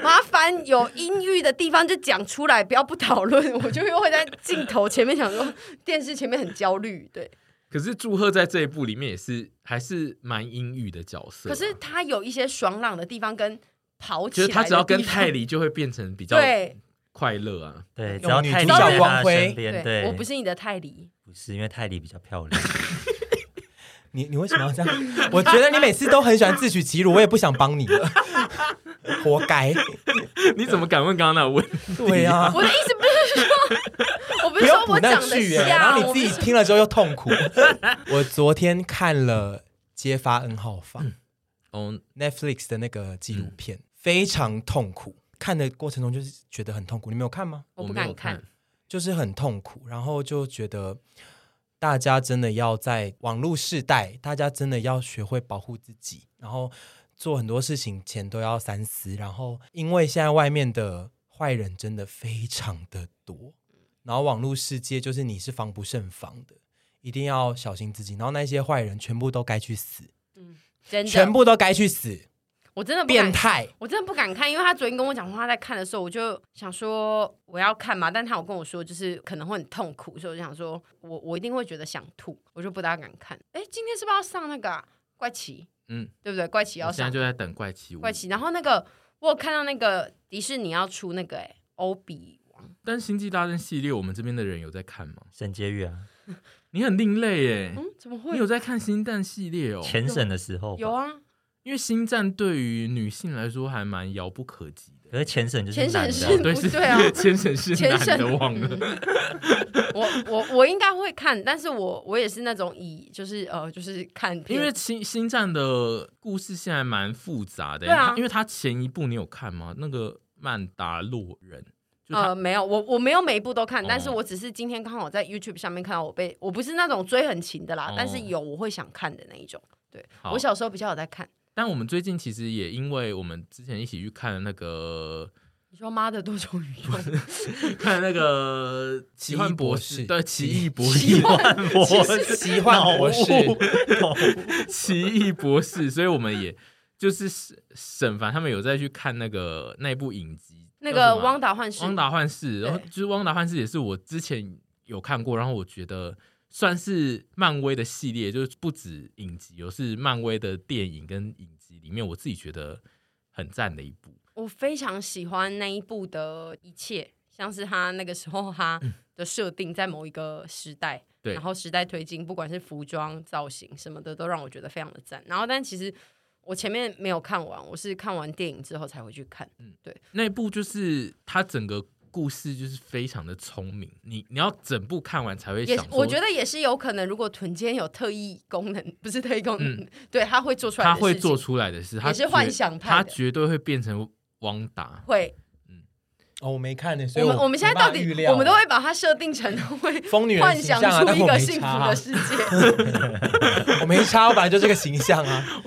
[SPEAKER 3] 麻烦有阴郁的地方就讲出来，不要不讨论。我就又会在镜头前面想说，电视前面很焦虑，对。
[SPEAKER 4] 可是祝贺在这一部里面也是还是蛮阴郁的角色啊、
[SPEAKER 3] 可是他有一些爽朗的地方跟跑起来的
[SPEAKER 4] 就是
[SPEAKER 3] 地
[SPEAKER 4] 他
[SPEAKER 3] 方，
[SPEAKER 4] 只要跟泰里就会变成比较
[SPEAKER 3] 对
[SPEAKER 4] 快乐啊。
[SPEAKER 2] 对，只
[SPEAKER 1] 用
[SPEAKER 2] 要
[SPEAKER 1] 女
[SPEAKER 2] 泰
[SPEAKER 1] 主
[SPEAKER 2] 迪
[SPEAKER 3] 角
[SPEAKER 2] 在
[SPEAKER 1] 光
[SPEAKER 2] 他
[SPEAKER 1] 辉
[SPEAKER 2] 身边，
[SPEAKER 3] 对
[SPEAKER 2] 对，
[SPEAKER 3] 我不是你的泰迪，
[SPEAKER 2] 不是因为泰迪比较漂亮，
[SPEAKER 1] 你你为什么要这样？ (laughs) 我觉得你每次都很喜欢自取其辱，我也不想帮你了， (laughs) 活该。
[SPEAKER 4] 你怎么敢问刚刚那个问题？
[SPEAKER 1] 对啊呀、
[SPEAKER 3] 我的意思不是说，我不
[SPEAKER 1] 不
[SPEAKER 3] 是
[SPEAKER 1] 用
[SPEAKER 3] 说
[SPEAKER 1] 补
[SPEAKER 3] 我
[SPEAKER 1] 那
[SPEAKER 3] 长得
[SPEAKER 1] 句、欸，然
[SPEAKER 3] 像，
[SPEAKER 1] 后
[SPEAKER 3] 我
[SPEAKER 1] 你
[SPEAKER 3] 不
[SPEAKER 1] 自
[SPEAKER 3] 是
[SPEAKER 1] 己听了之后又痛
[SPEAKER 3] (laughs)
[SPEAKER 1] 苦。我昨天看了《揭发 N 号房》
[SPEAKER 4] 哦，
[SPEAKER 1] Netflix 的那个纪录片，非常痛苦。看的过程中就是觉得很痛苦。你没有看吗？
[SPEAKER 3] 我
[SPEAKER 4] 我
[SPEAKER 3] 不
[SPEAKER 4] 没有
[SPEAKER 3] 敢看，
[SPEAKER 1] 就是很痛苦，然后就觉得大家真的要在网络世代，大家真的要学会保护自己，然后做很多事情前都要三思。然后因为现在外面的坏人真的非常的多，然后网络世界就是你是防不胜防的，一定要小心自己。然后那些坏人全部都该去死，
[SPEAKER 3] 真的，
[SPEAKER 1] 全部都该去死，
[SPEAKER 3] 我真的不敢
[SPEAKER 1] 变态。
[SPEAKER 3] 我真的不敢看，因为他昨天跟我讲说他在看的时候，我就想说我要看嘛，但他有跟我说就是可能会很痛苦，所以我就想说我我一定会觉得想吐，我就不大敢看。哎，今天是不是要上那个、啊、怪奇？
[SPEAKER 4] 嗯，
[SPEAKER 3] 对不对？怪奇要
[SPEAKER 4] 我现在
[SPEAKER 3] 上
[SPEAKER 4] 就在等怪奇五
[SPEAKER 3] 怪奇，然后那个我有看到那个迪士尼要出那个哎欧比王，
[SPEAKER 4] 但星际大战系列我们这边的人有在看吗？
[SPEAKER 2] 沈婕妤啊，
[SPEAKER 4] 你很另类耶，
[SPEAKER 3] 嗯，怎么
[SPEAKER 4] 你
[SPEAKER 3] 会
[SPEAKER 4] 有在看星战系列哦？
[SPEAKER 2] 前审的时候吧
[SPEAKER 3] 有，啊？
[SPEAKER 4] 因为星战对于女性来说还蛮遥不可及的。
[SPEAKER 2] 可是前审就是
[SPEAKER 3] 前审
[SPEAKER 2] 男的啊
[SPEAKER 3] 是
[SPEAKER 4] 对，
[SPEAKER 3] 不
[SPEAKER 4] 是
[SPEAKER 3] 对
[SPEAKER 4] (laughs)
[SPEAKER 3] 啊
[SPEAKER 4] 前审是
[SPEAKER 3] 前
[SPEAKER 4] 男
[SPEAKER 3] 身
[SPEAKER 4] 的忘了。
[SPEAKER 3] (laughs) 我我我应该会看，但是我我也是那种以就是呃就是看片，
[SPEAKER 4] 因为星星战的故事现在蛮复杂的，
[SPEAKER 3] 对啊
[SPEAKER 4] 它因为它前一部你有看吗？那个曼达洛人，就它
[SPEAKER 3] 呃，没有，我我没有每一部都看，
[SPEAKER 4] 哦
[SPEAKER 3] 但是我只是今天刚好在 YouTube 上面看到我被，我不是那种追很勤的啦，
[SPEAKER 4] 哦
[SPEAKER 3] 但是有我会想看的那一种。对
[SPEAKER 4] 好
[SPEAKER 3] 我小时候比较有在看，
[SPEAKER 4] 但我们最近其实也因为我们之前一起去看那个
[SPEAKER 3] 你说妈的多重宇 (laughs) 宙，
[SPEAKER 4] 看那个 (laughs) 奇幻博
[SPEAKER 1] 奇
[SPEAKER 4] 士，
[SPEAKER 1] 异博士
[SPEAKER 4] 对奇异博
[SPEAKER 2] 奇
[SPEAKER 4] 士，
[SPEAKER 2] 幻博士，
[SPEAKER 1] 奇幻博士，
[SPEAKER 4] 奇异博士，所以我们也就是沈凡他们有再去看那个那部影集，
[SPEAKER 3] 那
[SPEAKER 4] 叫
[SPEAKER 3] 个
[SPEAKER 4] 什么啊
[SPEAKER 3] 汪达幻视，
[SPEAKER 4] 汪达幻视，然后
[SPEAKER 3] 对
[SPEAKER 4] 就是汪达幻视也是我之前有看过，然后我觉得算是漫威的系列，就是不止影集，有是漫威的电影跟影集里面，我自己觉得很赞的一部。
[SPEAKER 3] 我非常喜欢那一部的一切，像是他那个时候他的设定在某一个时代，
[SPEAKER 4] 对
[SPEAKER 3] 然后时代推进，不管是服装、造型什么的，都让我觉得非常的赞。然后，但其实我前面没有看完，我是看完电影之后才回去看。
[SPEAKER 4] 那一部就是它整个故事就是非常的聪明，你你要整部看完才会
[SPEAKER 3] 也
[SPEAKER 4] 想说，
[SPEAKER 3] 我觉得也是有可能，如果臀间有特异功能，不是特异功能，
[SPEAKER 4] 嗯
[SPEAKER 3] 对他会做出来
[SPEAKER 4] 他
[SPEAKER 3] 的事情，
[SPEAKER 4] 会做出来的事，他
[SPEAKER 3] 也是
[SPEAKER 4] 绝
[SPEAKER 3] 幻想派
[SPEAKER 4] 他
[SPEAKER 3] 的
[SPEAKER 4] 绝对会变成汪达。 (laughs)
[SPEAKER 3] 会。
[SPEAKER 1] 哦，我没看呢，所以
[SPEAKER 3] 我们
[SPEAKER 1] 我
[SPEAKER 3] 我们现在
[SPEAKER 1] 没办
[SPEAKER 3] 到
[SPEAKER 1] 法
[SPEAKER 3] 底
[SPEAKER 1] 预料，
[SPEAKER 3] 我们都会把它设定成会
[SPEAKER 1] 疯女人
[SPEAKER 3] 幻
[SPEAKER 1] 形
[SPEAKER 3] 想
[SPEAKER 1] 象啊
[SPEAKER 3] 出
[SPEAKER 1] 但
[SPEAKER 3] 一
[SPEAKER 1] 我
[SPEAKER 3] 个
[SPEAKER 1] 没
[SPEAKER 3] 幸
[SPEAKER 1] 差
[SPEAKER 3] 福
[SPEAKER 1] 啊
[SPEAKER 3] 的世界。
[SPEAKER 1] (laughs) 我没差，我本来就这个形象啊。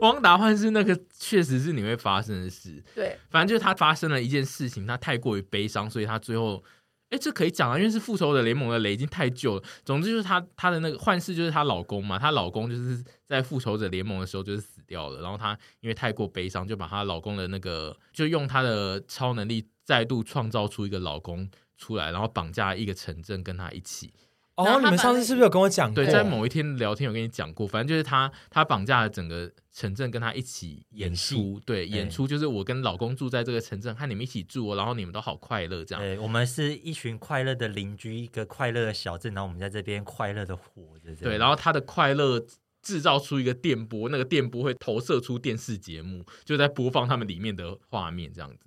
[SPEAKER 4] 汪达幻视那个确实是你会发生的事，
[SPEAKER 3] 对，
[SPEAKER 4] 反正就是他发生了一件事情，他太过于悲伤，所以他最后，哎，这可以讲啊，因为是复仇者联盟的雷已经太旧了。总之就是她她的那个幻视就是她老公嘛，她老公就是在复仇者联盟的时候就是死掉了，然后她因为太过悲伤，就把她老公的那个就用她的超能力再度创造出一个老公出来，然后绑架一个城镇跟她一起。
[SPEAKER 3] (laughs) 然
[SPEAKER 1] 哦，
[SPEAKER 3] 后
[SPEAKER 1] 你
[SPEAKER 3] 他
[SPEAKER 1] 们
[SPEAKER 3] 反
[SPEAKER 1] 上
[SPEAKER 3] 正
[SPEAKER 1] 次是不是有跟我讲过？
[SPEAKER 4] 对，在某一天聊天有跟你讲过，反正就是她她绑架了整个城镇跟她一起演
[SPEAKER 2] 演戏
[SPEAKER 4] 出，对，演出就是我跟老公住在这个城镇，和你们一起住哦，然后你们都好快乐这样。
[SPEAKER 2] 对，我们是一群快乐的邻居，一个快乐的小镇，然后我们在这边快乐的活着。
[SPEAKER 4] 对，然后他的快乐制造出一个电波，那个电波会投射出电视节目，就在播放他们里面的画面这样子。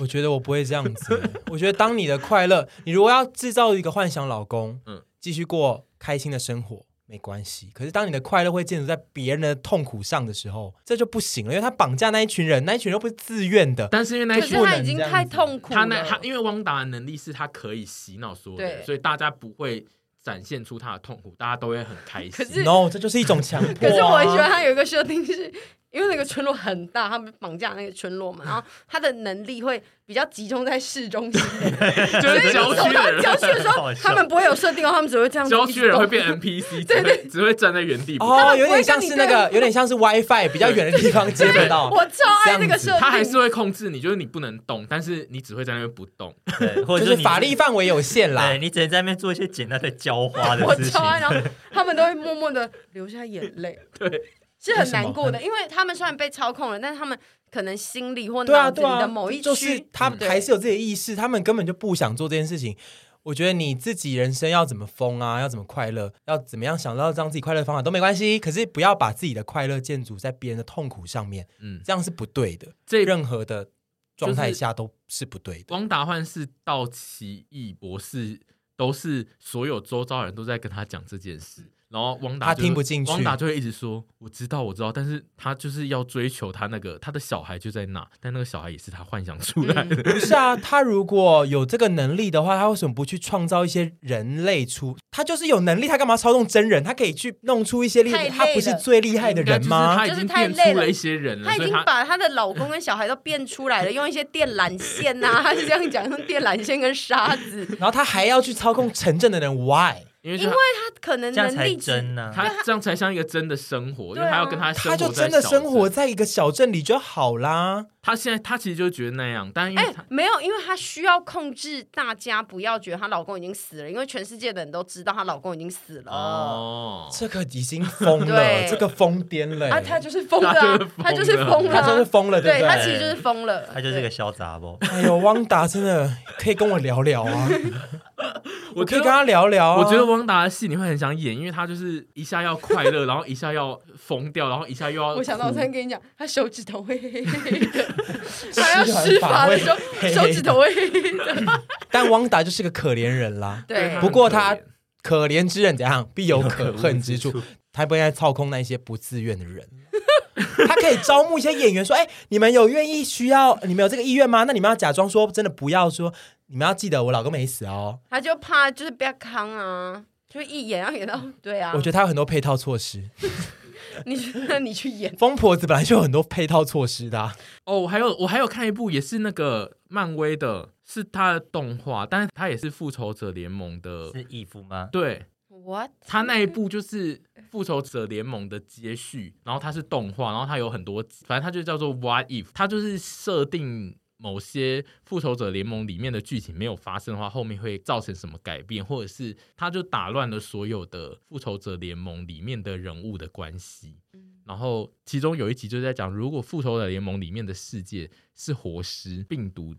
[SPEAKER 1] 我觉得我不会这样子。 (laughs) 我觉得当你的快乐，你如果要制造一个幻想老公，
[SPEAKER 4] 嗯
[SPEAKER 1] 嗯，继续过开心的生活没关系。可是当你的快乐会建筑在别人的痛苦上的时候，这就不行了，因为他绑架那一群人，那一群人又不是自愿的。
[SPEAKER 4] 但是因为那
[SPEAKER 3] 可
[SPEAKER 4] 一
[SPEAKER 3] 是
[SPEAKER 4] 群
[SPEAKER 1] 不
[SPEAKER 3] 他
[SPEAKER 1] 能
[SPEAKER 3] 已经
[SPEAKER 1] 这样
[SPEAKER 3] 太
[SPEAKER 1] 子
[SPEAKER 3] 痛苦了。
[SPEAKER 4] 他那他，因为汪达的能力是他可以洗脑所有的人，
[SPEAKER 3] 对
[SPEAKER 4] 所以大家不会展现出他的痛苦，大家都会很开心。
[SPEAKER 3] 可是
[SPEAKER 1] no，这就是一种强迫、
[SPEAKER 3] 可
[SPEAKER 1] 啊。
[SPEAKER 3] 是我很喜欢他有一个设定是。因为那个村落很大，他们绑架那个村落嘛，然后他的能力会比较集中在市中心，
[SPEAKER 4] (laughs) 就是
[SPEAKER 3] 走
[SPEAKER 4] 郊区
[SPEAKER 3] 到
[SPEAKER 4] 的人，
[SPEAKER 3] 郊区的时候
[SPEAKER 2] 好，笑
[SPEAKER 3] 他们不会有设定哦，他们只会这样子一直
[SPEAKER 4] 郊
[SPEAKER 3] 动。
[SPEAKER 4] 区的人会变
[SPEAKER 1] (laughs)
[SPEAKER 4] NPC，只会只会站在原地不动。
[SPEAKER 1] 哦，
[SPEAKER 3] 们不会
[SPEAKER 1] 有点像是那
[SPEAKER 3] 跟你
[SPEAKER 1] 个，有点像是 WiFi 比较远的地方接不到。
[SPEAKER 3] 我超爱这个设定，
[SPEAKER 4] 他还是会控制你，就是你不能动，但是你只会在那边不动。
[SPEAKER 2] 对，或
[SPEAKER 1] 就
[SPEAKER 2] 者
[SPEAKER 1] 是
[SPEAKER 2] 你
[SPEAKER 1] 法律，范围有限啦
[SPEAKER 2] 对，你只能在那边做一些简单的浇花
[SPEAKER 3] 我
[SPEAKER 2] 的事情
[SPEAKER 3] 超。爱，然后他们都会默默的流下眼
[SPEAKER 1] (laughs)
[SPEAKER 3] 泪，
[SPEAKER 4] 对，
[SPEAKER 3] 是很难过的，因为他们虽然被操控了，但是他们可能心里或
[SPEAKER 1] 对啊，
[SPEAKER 3] 脑子
[SPEAKER 1] 对
[SPEAKER 3] 里
[SPEAKER 1] 啊
[SPEAKER 3] 的某，一
[SPEAKER 1] 就是
[SPEAKER 3] 区，嗯
[SPEAKER 1] 他
[SPEAKER 3] 对
[SPEAKER 1] 还是有自己的意识，他们根本就不想做这件事情。我觉得你自己人生要怎么疯啊，要怎么快乐，要怎么样想到让自己快乐的方法都没关系，可是不要把自己的快乐建筑在别人的痛苦上面，
[SPEAKER 4] 嗯，
[SPEAKER 1] 这样是不对的。
[SPEAKER 4] 这
[SPEAKER 1] 任何的状态下都是不对的。
[SPEAKER 4] 汪达幻是道奇义博士，都是所有周遭人都在跟他讲这件事，然后汪达
[SPEAKER 1] 他
[SPEAKER 4] 就会
[SPEAKER 1] 听不进去
[SPEAKER 4] 汪达就会一直说我知道我知道，但是他就是要追求他那个他的小孩就在那，但那个小孩也是他幻想出来的， (laughs)
[SPEAKER 1] 不是啊，他如果有这个能力的话，他为什么不去创造一些人类出？他就是有能力，他干嘛操纵真人？他可以去弄出一些厉害，
[SPEAKER 3] 太累了嗯
[SPEAKER 1] 他不是最厉害的
[SPEAKER 4] 应该
[SPEAKER 1] 人
[SPEAKER 4] 就是
[SPEAKER 1] 吗
[SPEAKER 4] 他？已
[SPEAKER 3] 就是
[SPEAKER 4] 经
[SPEAKER 3] 太
[SPEAKER 4] 变
[SPEAKER 3] 累
[SPEAKER 4] 出
[SPEAKER 3] 了
[SPEAKER 4] 了一些人了，
[SPEAKER 3] 她已
[SPEAKER 4] 所以
[SPEAKER 3] 经
[SPEAKER 4] 他
[SPEAKER 3] 把她的老公跟小孩都变出来了，用一些电缆线呐、她 (laughs) 是这样讲，用电缆线跟沙 (laughs) 子，
[SPEAKER 1] 然后他还要去操控城镇的人，why？
[SPEAKER 4] 因为
[SPEAKER 3] 因
[SPEAKER 4] 就
[SPEAKER 3] 为她可能
[SPEAKER 2] (laughs) 这样
[SPEAKER 3] 能
[SPEAKER 2] 才
[SPEAKER 3] 力值
[SPEAKER 2] 真啊呢、
[SPEAKER 4] 他这样才像一个真的生活，因
[SPEAKER 3] 对
[SPEAKER 4] 为
[SPEAKER 3] 啊
[SPEAKER 4] 他要跟他
[SPEAKER 1] 他
[SPEAKER 4] 生活
[SPEAKER 1] 就
[SPEAKER 4] 在
[SPEAKER 1] 真的
[SPEAKER 4] 小
[SPEAKER 1] 生活
[SPEAKER 4] 镇
[SPEAKER 1] 在一个小镇里就好啦。
[SPEAKER 4] 他现在他其实就觉得那样，但因
[SPEAKER 3] 哎、
[SPEAKER 4] 为他、
[SPEAKER 3] 没有，因为她需要控制大家不要觉得她老公已经死了，因为全世界的人都知道她老公已经死了。
[SPEAKER 4] 哦，
[SPEAKER 1] 这个已经疯了
[SPEAKER 3] 对，
[SPEAKER 1] 这个疯癫了、欸
[SPEAKER 3] 啊，他就是疯了、啊，他
[SPEAKER 4] 她
[SPEAKER 3] 就
[SPEAKER 4] 就是是
[SPEAKER 3] 疯
[SPEAKER 4] 疯
[SPEAKER 3] 了啊、
[SPEAKER 1] 他真是疯了，
[SPEAKER 3] 对
[SPEAKER 1] 不
[SPEAKER 3] 他
[SPEAKER 1] 对？
[SPEAKER 3] 其实就是疯了，
[SPEAKER 2] 他就是
[SPEAKER 3] 对
[SPEAKER 2] 个小杂
[SPEAKER 4] (laughs)
[SPEAKER 2] 包。
[SPEAKER 1] 哎呦，汪达真的可以跟我聊聊啊，我可以跟他聊聊啊。
[SPEAKER 4] 我觉得汪达的戏你会很想演，因为他就是一下要快乐，然后一下要疯掉，然后一下
[SPEAKER 3] (laughs)
[SPEAKER 4] 又要
[SPEAKER 3] 我想到我
[SPEAKER 4] 哭
[SPEAKER 3] 昨天跟你讲，他手指头会黑黑的， (laughs) 他要施法的时候
[SPEAKER 1] 黑黑的
[SPEAKER 3] 手指头会黑黑的。
[SPEAKER 1] 但汪达就是个可怜人啦，
[SPEAKER 4] 对
[SPEAKER 3] 对
[SPEAKER 1] 不过他
[SPEAKER 4] 很可
[SPEAKER 1] 可
[SPEAKER 4] 怜
[SPEAKER 1] 怜之人怎样，必有可
[SPEAKER 2] 可恶
[SPEAKER 1] 恨
[SPEAKER 2] 之
[SPEAKER 1] 之处
[SPEAKER 2] 处。
[SPEAKER 1] 他不应该操控那些不自愿的人。 (laughs) 他可以招募一些演员，说：“哎、你们有愿意需要，你们有这个意愿吗？那你们要假装说，真的不要说，你们要记得我老公没死哦。
[SPEAKER 3] 他就怕就是不要康啊，就一演要演到对啊。
[SPEAKER 1] 我觉得他有很多配套措施。
[SPEAKER 3] 得 (laughs) 你去那你去演，
[SPEAKER 1] 疯婆子本来就有很多配套措施的、
[SPEAKER 3] (laughs)
[SPEAKER 1] 啊，
[SPEAKER 4] 哦，我还有我还有看一部也是那个漫威的，是他的动画，但是他也是复仇者联盟的，
[SPEAKER 2] 是义父吗？
[SPEAKER 4] 对
[SPEAKER 3] what
[SPEAKER 4] 他那一部就是复仇者联盟的接续，然后它是动画，然后它有很多集，反正它就叫做 What If，它就是设定。某些复仇者联盟里面的剧情没有发生的话，后面会造成什么改变，或者是它就打乱了所有的复仇者联盟里面的人物的关系。然后其中有一集就在讲，如果复仇者联盟里面的世界是活尸病毒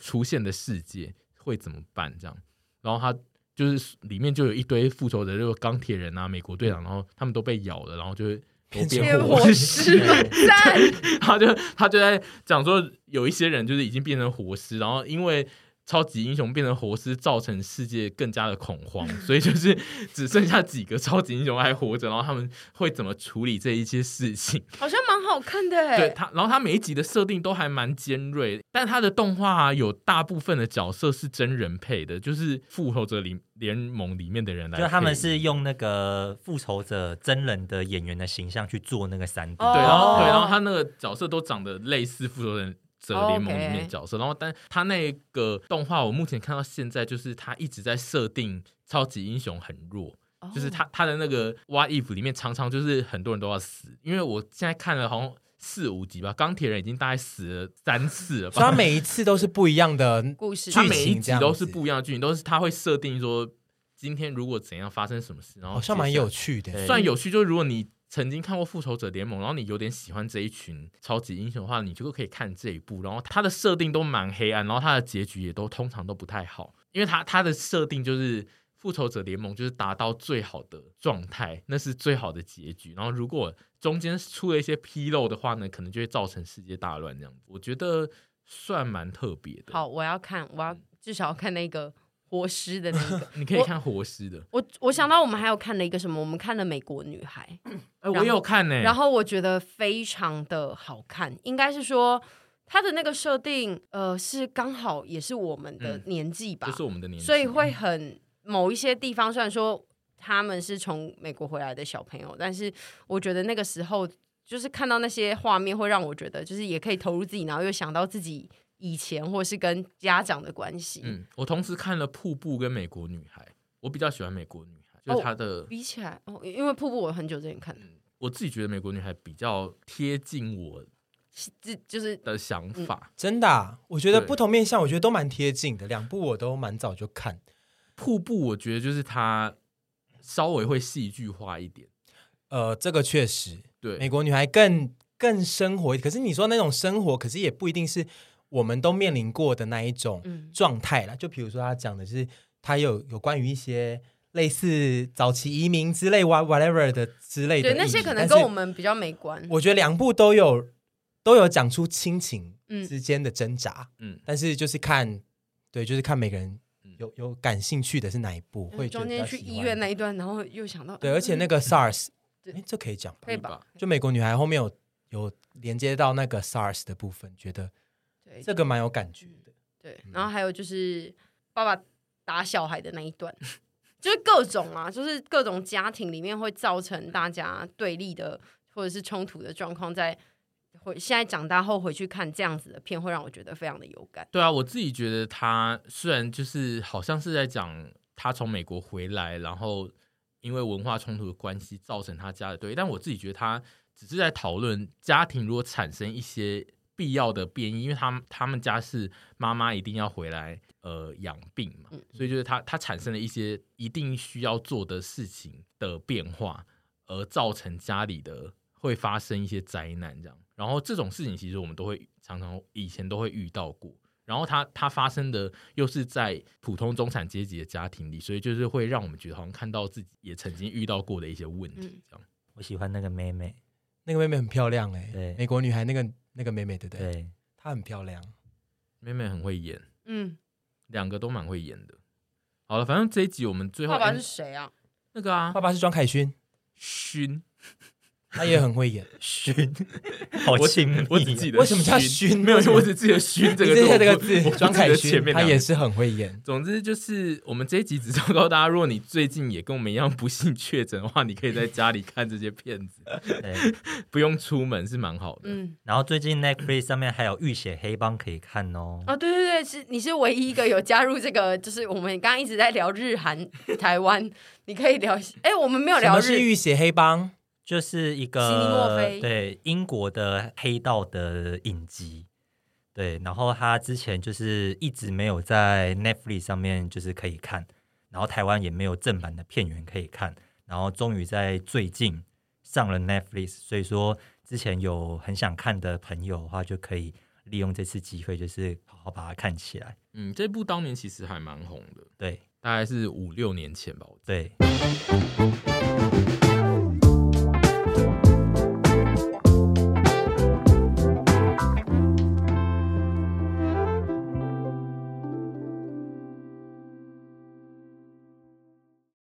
[SPEAKER 4] 出现的世界会怎么办？这样，然后他就是里面就有一堆复仇者，就是钢铁人啊、美国队长，然后他们都被咬了，然后就会都
[SPEAKER 1] 变
[SPEAKER 4] 变
[SPEAKER 1] 成
[SPEAKER 4] 活
[SPEAKER 3] 火
[SPEAKER 4] 尸。
[SPEAKER 3] 狮赞，
[SPEAKER 4] (laughs) 他就他就在讲说，有一些人就是已经变成活尸，然后因为。超级英雄变成活尸，造成世界更加的恐慌，所以就是只剩下几个超级英雄还活着，然后他们会怎么处理这一些事情？
[SPEAKER 3] 好像蛮好看的哎、
[SPEAKER 4] 对他，然后他每一集的设定都还蛮尖锐，但他的动画、啊、有大部分的角色是真人配的，就是复仇者里联盟里面的人来配
[SPEAKER 2] 就
[SPEAKER 4] 音，
[SPEAKER 2] 他们是用那个复仇者真人的演员的形象去做那个三 D，、
[SPEAKER 3] 哦
[SPEAKER 4] 对，然后对，
[SPEAKER 3] 哦
[SPEAKER 4] 然后他那个角色都长得类似复仇者者联盟里面的角色，然后但他那个动画我目前看到现在就是他一直在设定超级英雄很弱，
[SPEAKER 3] 哦
[SPEAKER 4] 就是他他的那个 What If 里面常常就是很多人都要死，因为我现在看了好像四五集吧，钢铁人已经大概死了三次了吧，
[SPEAKER 1] 所以他每一次都是不一样
[SPEAKER 3] (laughs)
[SPEAKER 1] 的
[SPEAKER 3] 故事
[SPEAKER 1] 剧
[SPEAKER 4] 他
[SPEAKER 1] 情
[SPEAKER 4] 每一
[SPEAKER 1] 这
[SPEAKER 4] 集
[SPEAKER 1] 样
[SPEAKER 4] 都
[SPEAKER 1] 子
[SPEAKER 4] 是不一样的剧情，都是他会设定说今天如果怎样发生什么事，然后
[SPEAKER 1] 好像蛮
[SPEAKER 4] 接下来
[SPEAKER 1] 有趣
[SPEAKER 3] 哦
[SPEAKER 1] 的。
[SPEAKER 2] 对
[SPEAKER 4] 算有趣，就是如果你曾经看过《复仇者联盟》，然后你有点喜欢这一群超级英雄的话，你就可以看这一部。然后它的设定都蛮黑暗，然后它的结局也都通常都不太好，因为它它的设定就是。复仇者联盟就是达到最好的状态，那是最好的结局。然后如果中间出了一些纰漏的话呢，可能就会造成世界大乱这样子。我觉得算蛮特别的。
[SPEAKER 3] 好，，我要看，我要至少要看那个活尸的那 (laughs) 个。
[SPEAKER 4] 你可以
[SPEAKER 3] 我
[SPEAKER 4] 看活尸的。
[SPEAKER 3] 我我想到我们还有看了一个什么，我们看了《美国女孩》，
[SPEAKER 4] 哎、
[SPEAKER 3] 然后
[SPEAKER 4] 我有看呢、
[SPEAKER 3] 然后我觉得非常的好看，应该是说它的那个设定，呃，是刚好也是我们的
[SPEAKER 4] 嗯
[SPEAKER 3] 年纪吧，
[SPEAKER 4] 就是我们的年纪，
[SPEAKER 3] 所以会很某一些地方，虽然说他们是从美国回来的小朋友，但是我觉得那个时候就是看到那些画面，会让我觉得就是也可以投入自己，然后又想到自己以前或是跟家长的关系。
[SPEAKER 4] 嗯，我同时看了《瀑布》跟《美国女孩》，我比较喜欢《美国女孩》，就是她的，
[SPEAKER 3] 比起来，哦，因为瀑布我很久之前看的，
[SPEAKER 4] 嗯，我自己觉得《美国女孩》比较贴近我
[SPEAKER 3] 这就是
[SPEAKER 4] 的想法。
[SPEAKER 1] 真的啊、我觉得
[SPEAKER 4] 对
[SPEAKER 1] 不同面向，我觉得都蛮贴近的。两部我都蛮早就看，
[SPEAKER 4] 瀑布》我觉得就是它稍微会戏剧化一点，
[SPEAKER 1] 呃，这个确实，美
[SPEAKER 4] 对，
[SPEAKER 1] 国女孩更更生活。可是你说那种生活，可是也不一定是我们都面临过的那一种
[SPEAKER 3] 嗯
[SPEAKER 1] 状态啦。就比如说他讲的是它有有关于一些类似早期移民之类 what whatever 的之类的
[SPEAKER 3] 对
[SPEAKER 1] 议题，
[SPEAKER 3] 那些可能
[SPEAKER 1] 但
[SPEAKER 3] 跟
[SPEAKER 1] 是
[SPEAKER 3] 我们比较没关。
[SPEAKER 1] 我觉得两部都有都有讲出亲情
[SPEAKER 3] 嗯
[SPEAKER 1] 之间的挣扎，
[SPEAKER 4] 嗯，
[SPEAKER 1] 但是就是看对，就是看每个人
[SPEAKER 4] 嗯
[SPEAKER 1] 有有感兴趣的是哪一部，会觉得
[SPEAKER 3] 嗯中
[SPEAKER 1] 比
[SPEAKER 3] 间
[SPEAKER 1] 较
[SPEAKER 3] 去
[SPEAKER 1] 喜
[SPEAKER 3] 医
[SPEAKER 1] 欢
[SPEAKER 3] 院那一段，然后又想到
[SPEAKER 1] 对，而且那
[SPEAKER 3] 个
[SPEAKER 1] 个 SARS，
[SPEAKER 3] (laughs) 对
[SPEAKER 1] 哎，这可以讲吧
[SPEAKER 4] 嗯
[SPEAKER 3] 可以吧？
[SPEAKER 1] 就美国女孩后面有有连接到那个 SARS 的部分，觉得
[SPEAKER 3] 对嗯
[SPEAKER 1] 这个嗯蛮有感觉的。
[SPEAKER 3] 对，然后还有就是爸爸打小孩的那一段， (laughs) 就是各种啊，就是各种家庭里面会造成大家对立的或者是冲突的状况，在回现在长大后回去看这样子的片，会让我觉得非常的有感。
[SPEAKER 4] 对啊，我自己觉得他虽然就是好像是在讲他从美国回来，然后因为文化冲突的关系造成他家的对立，但我自己觉得他只是在讨论家庭如果产生一些必要的变异，因为他们他们家是妈妈一定要回来呃养病嘛，
[SPEAKER 3] 嗯
[SPEAKER 4] 所以就是他他产生了一些一定需要做的事情的变化，而造成家里的会发生一些灾难这样。然后这种事情其实我们都会常常以前都会遇到过。然后它它发生的又是在普通中产阶级的家庭里，所以就是会让我们觉得好像看到自己也曾经遇到过的一些问题
[SPEAKER 3] 嗯
[SPEAKER 4] 这样。
[SPEAKER 2] 我喜欢那个妹妹，
[SPEAKER 1] 那个妹妹很漂亮哎、
[SPEAKER 2] 对
[SPEAKER 1] 美国女孩那个那个妹妹对不对？
[SPEAKER 2] 对，
[SPEAKER 1] 她很漂亮，
[SPEAKER 4] 妹妹很会演，
[SPEAKER 3] 嗯，
[SPEAKER 4] 两个都蛮会演的。好了，反正这一集我们最后
[SPEAKER 3] 爸爸
[SPEAKER 1] 哎
[SPEAKER 4] end-
[SPEAKER 3] 是谁啊？
[SPEAKER 4] 那个啊
[SPEAKER 1] 爸，爸是庄凯勋，
[SPEAKER 4] 勋，
[SPEAKER 1] 她也很会演。
[SPEAKER 2] 熏，好
[SPEAKER 4] 我
[SPEAKER 2] 亲密，
[SPEAKER 4] (laughs)
[SPEAKER 2] 啊
[SPEAKER 4] 我只记得
[SPEAKER 1] 为什么叫
[SPEAKER 4] 勋
[SPEAKER 1] 勋
[SPEAKER 4] 没有，
[SPEAKER 1] 为什么
[SPEAKER 4] 我只记得勋 (laughs) 这
[SPEAKER 1] 你
[SPEAKER 4] 个
[SPEAKER 1] 记
[SPEAKER 4] 字
[SPEAKER 1] 得这个
[SPEAKER 4] 我不
[SPEAKER 1] 字，
[SPEAKER 4] 我
[SPEAKER 1] 庄
[SPEAKER 4] 不记得
[SPEAKER 1] 凯
[SPEAKER 4] 前
[SPEAKER 1] 勋
[SPEAKER 4] 面
[SPEAKER 1] 她
[SPEAKER 4] 啊两
[SPEAKER 1] 也
[SPEAKER 4] 个
[SPEAKER 1] 是很会演。
[SPEAKER 4] 总之就是，我们这一集只是要告诉大家，如果你最近也跟我们一样不幸确诊的话，你可以在家里看这些片子，
[SPEAKER 2] 对。
[SPEAKER 4] (laughs) 不用出门是蛮好的。
[SPEAKER 3] 嗯，
[SPEAKER 2] 然后最近 Netflix 上面还有《浴血黑帮》可以看哦。
[SPEAKER 3] 哦，对对对，是你是唯一一个有加入这个，就是我们刚刚一直在聊日韩、台湾，你可以聊。哎，我们没有
[SPEAKER 1] 什
[SPEAKER 3] 聊
[SPEAKER 1] 么是
[SPEAKER 3] 日，
[SPEAKER 1] 浴血黑帮？
[SPEAKER 2] 就是一
[SPEAKER 3] 悉尼墨
[SPEAKER 2] 个
[SPEAKER 3] 菲
[SPEAKER 2] 对英国的黑道的影集，对，然后他之前就是一直没有在 Netflix 上面就是可以看，然后台湾也没有正版的片源可以看，然后终于在最近上了 Netflix，所以说之前有很想看的朋友的话，就可以利用这次机会，就是好好把它看起来。
[SPEAKER 4] 嗯，这部当年其实还蛮红的，
[SPEAKER 2] 对
[SPEAKER 4] 大概是五六年前吧。我记
[SPEAKER 2] 对，
[SPEAKER 4] 得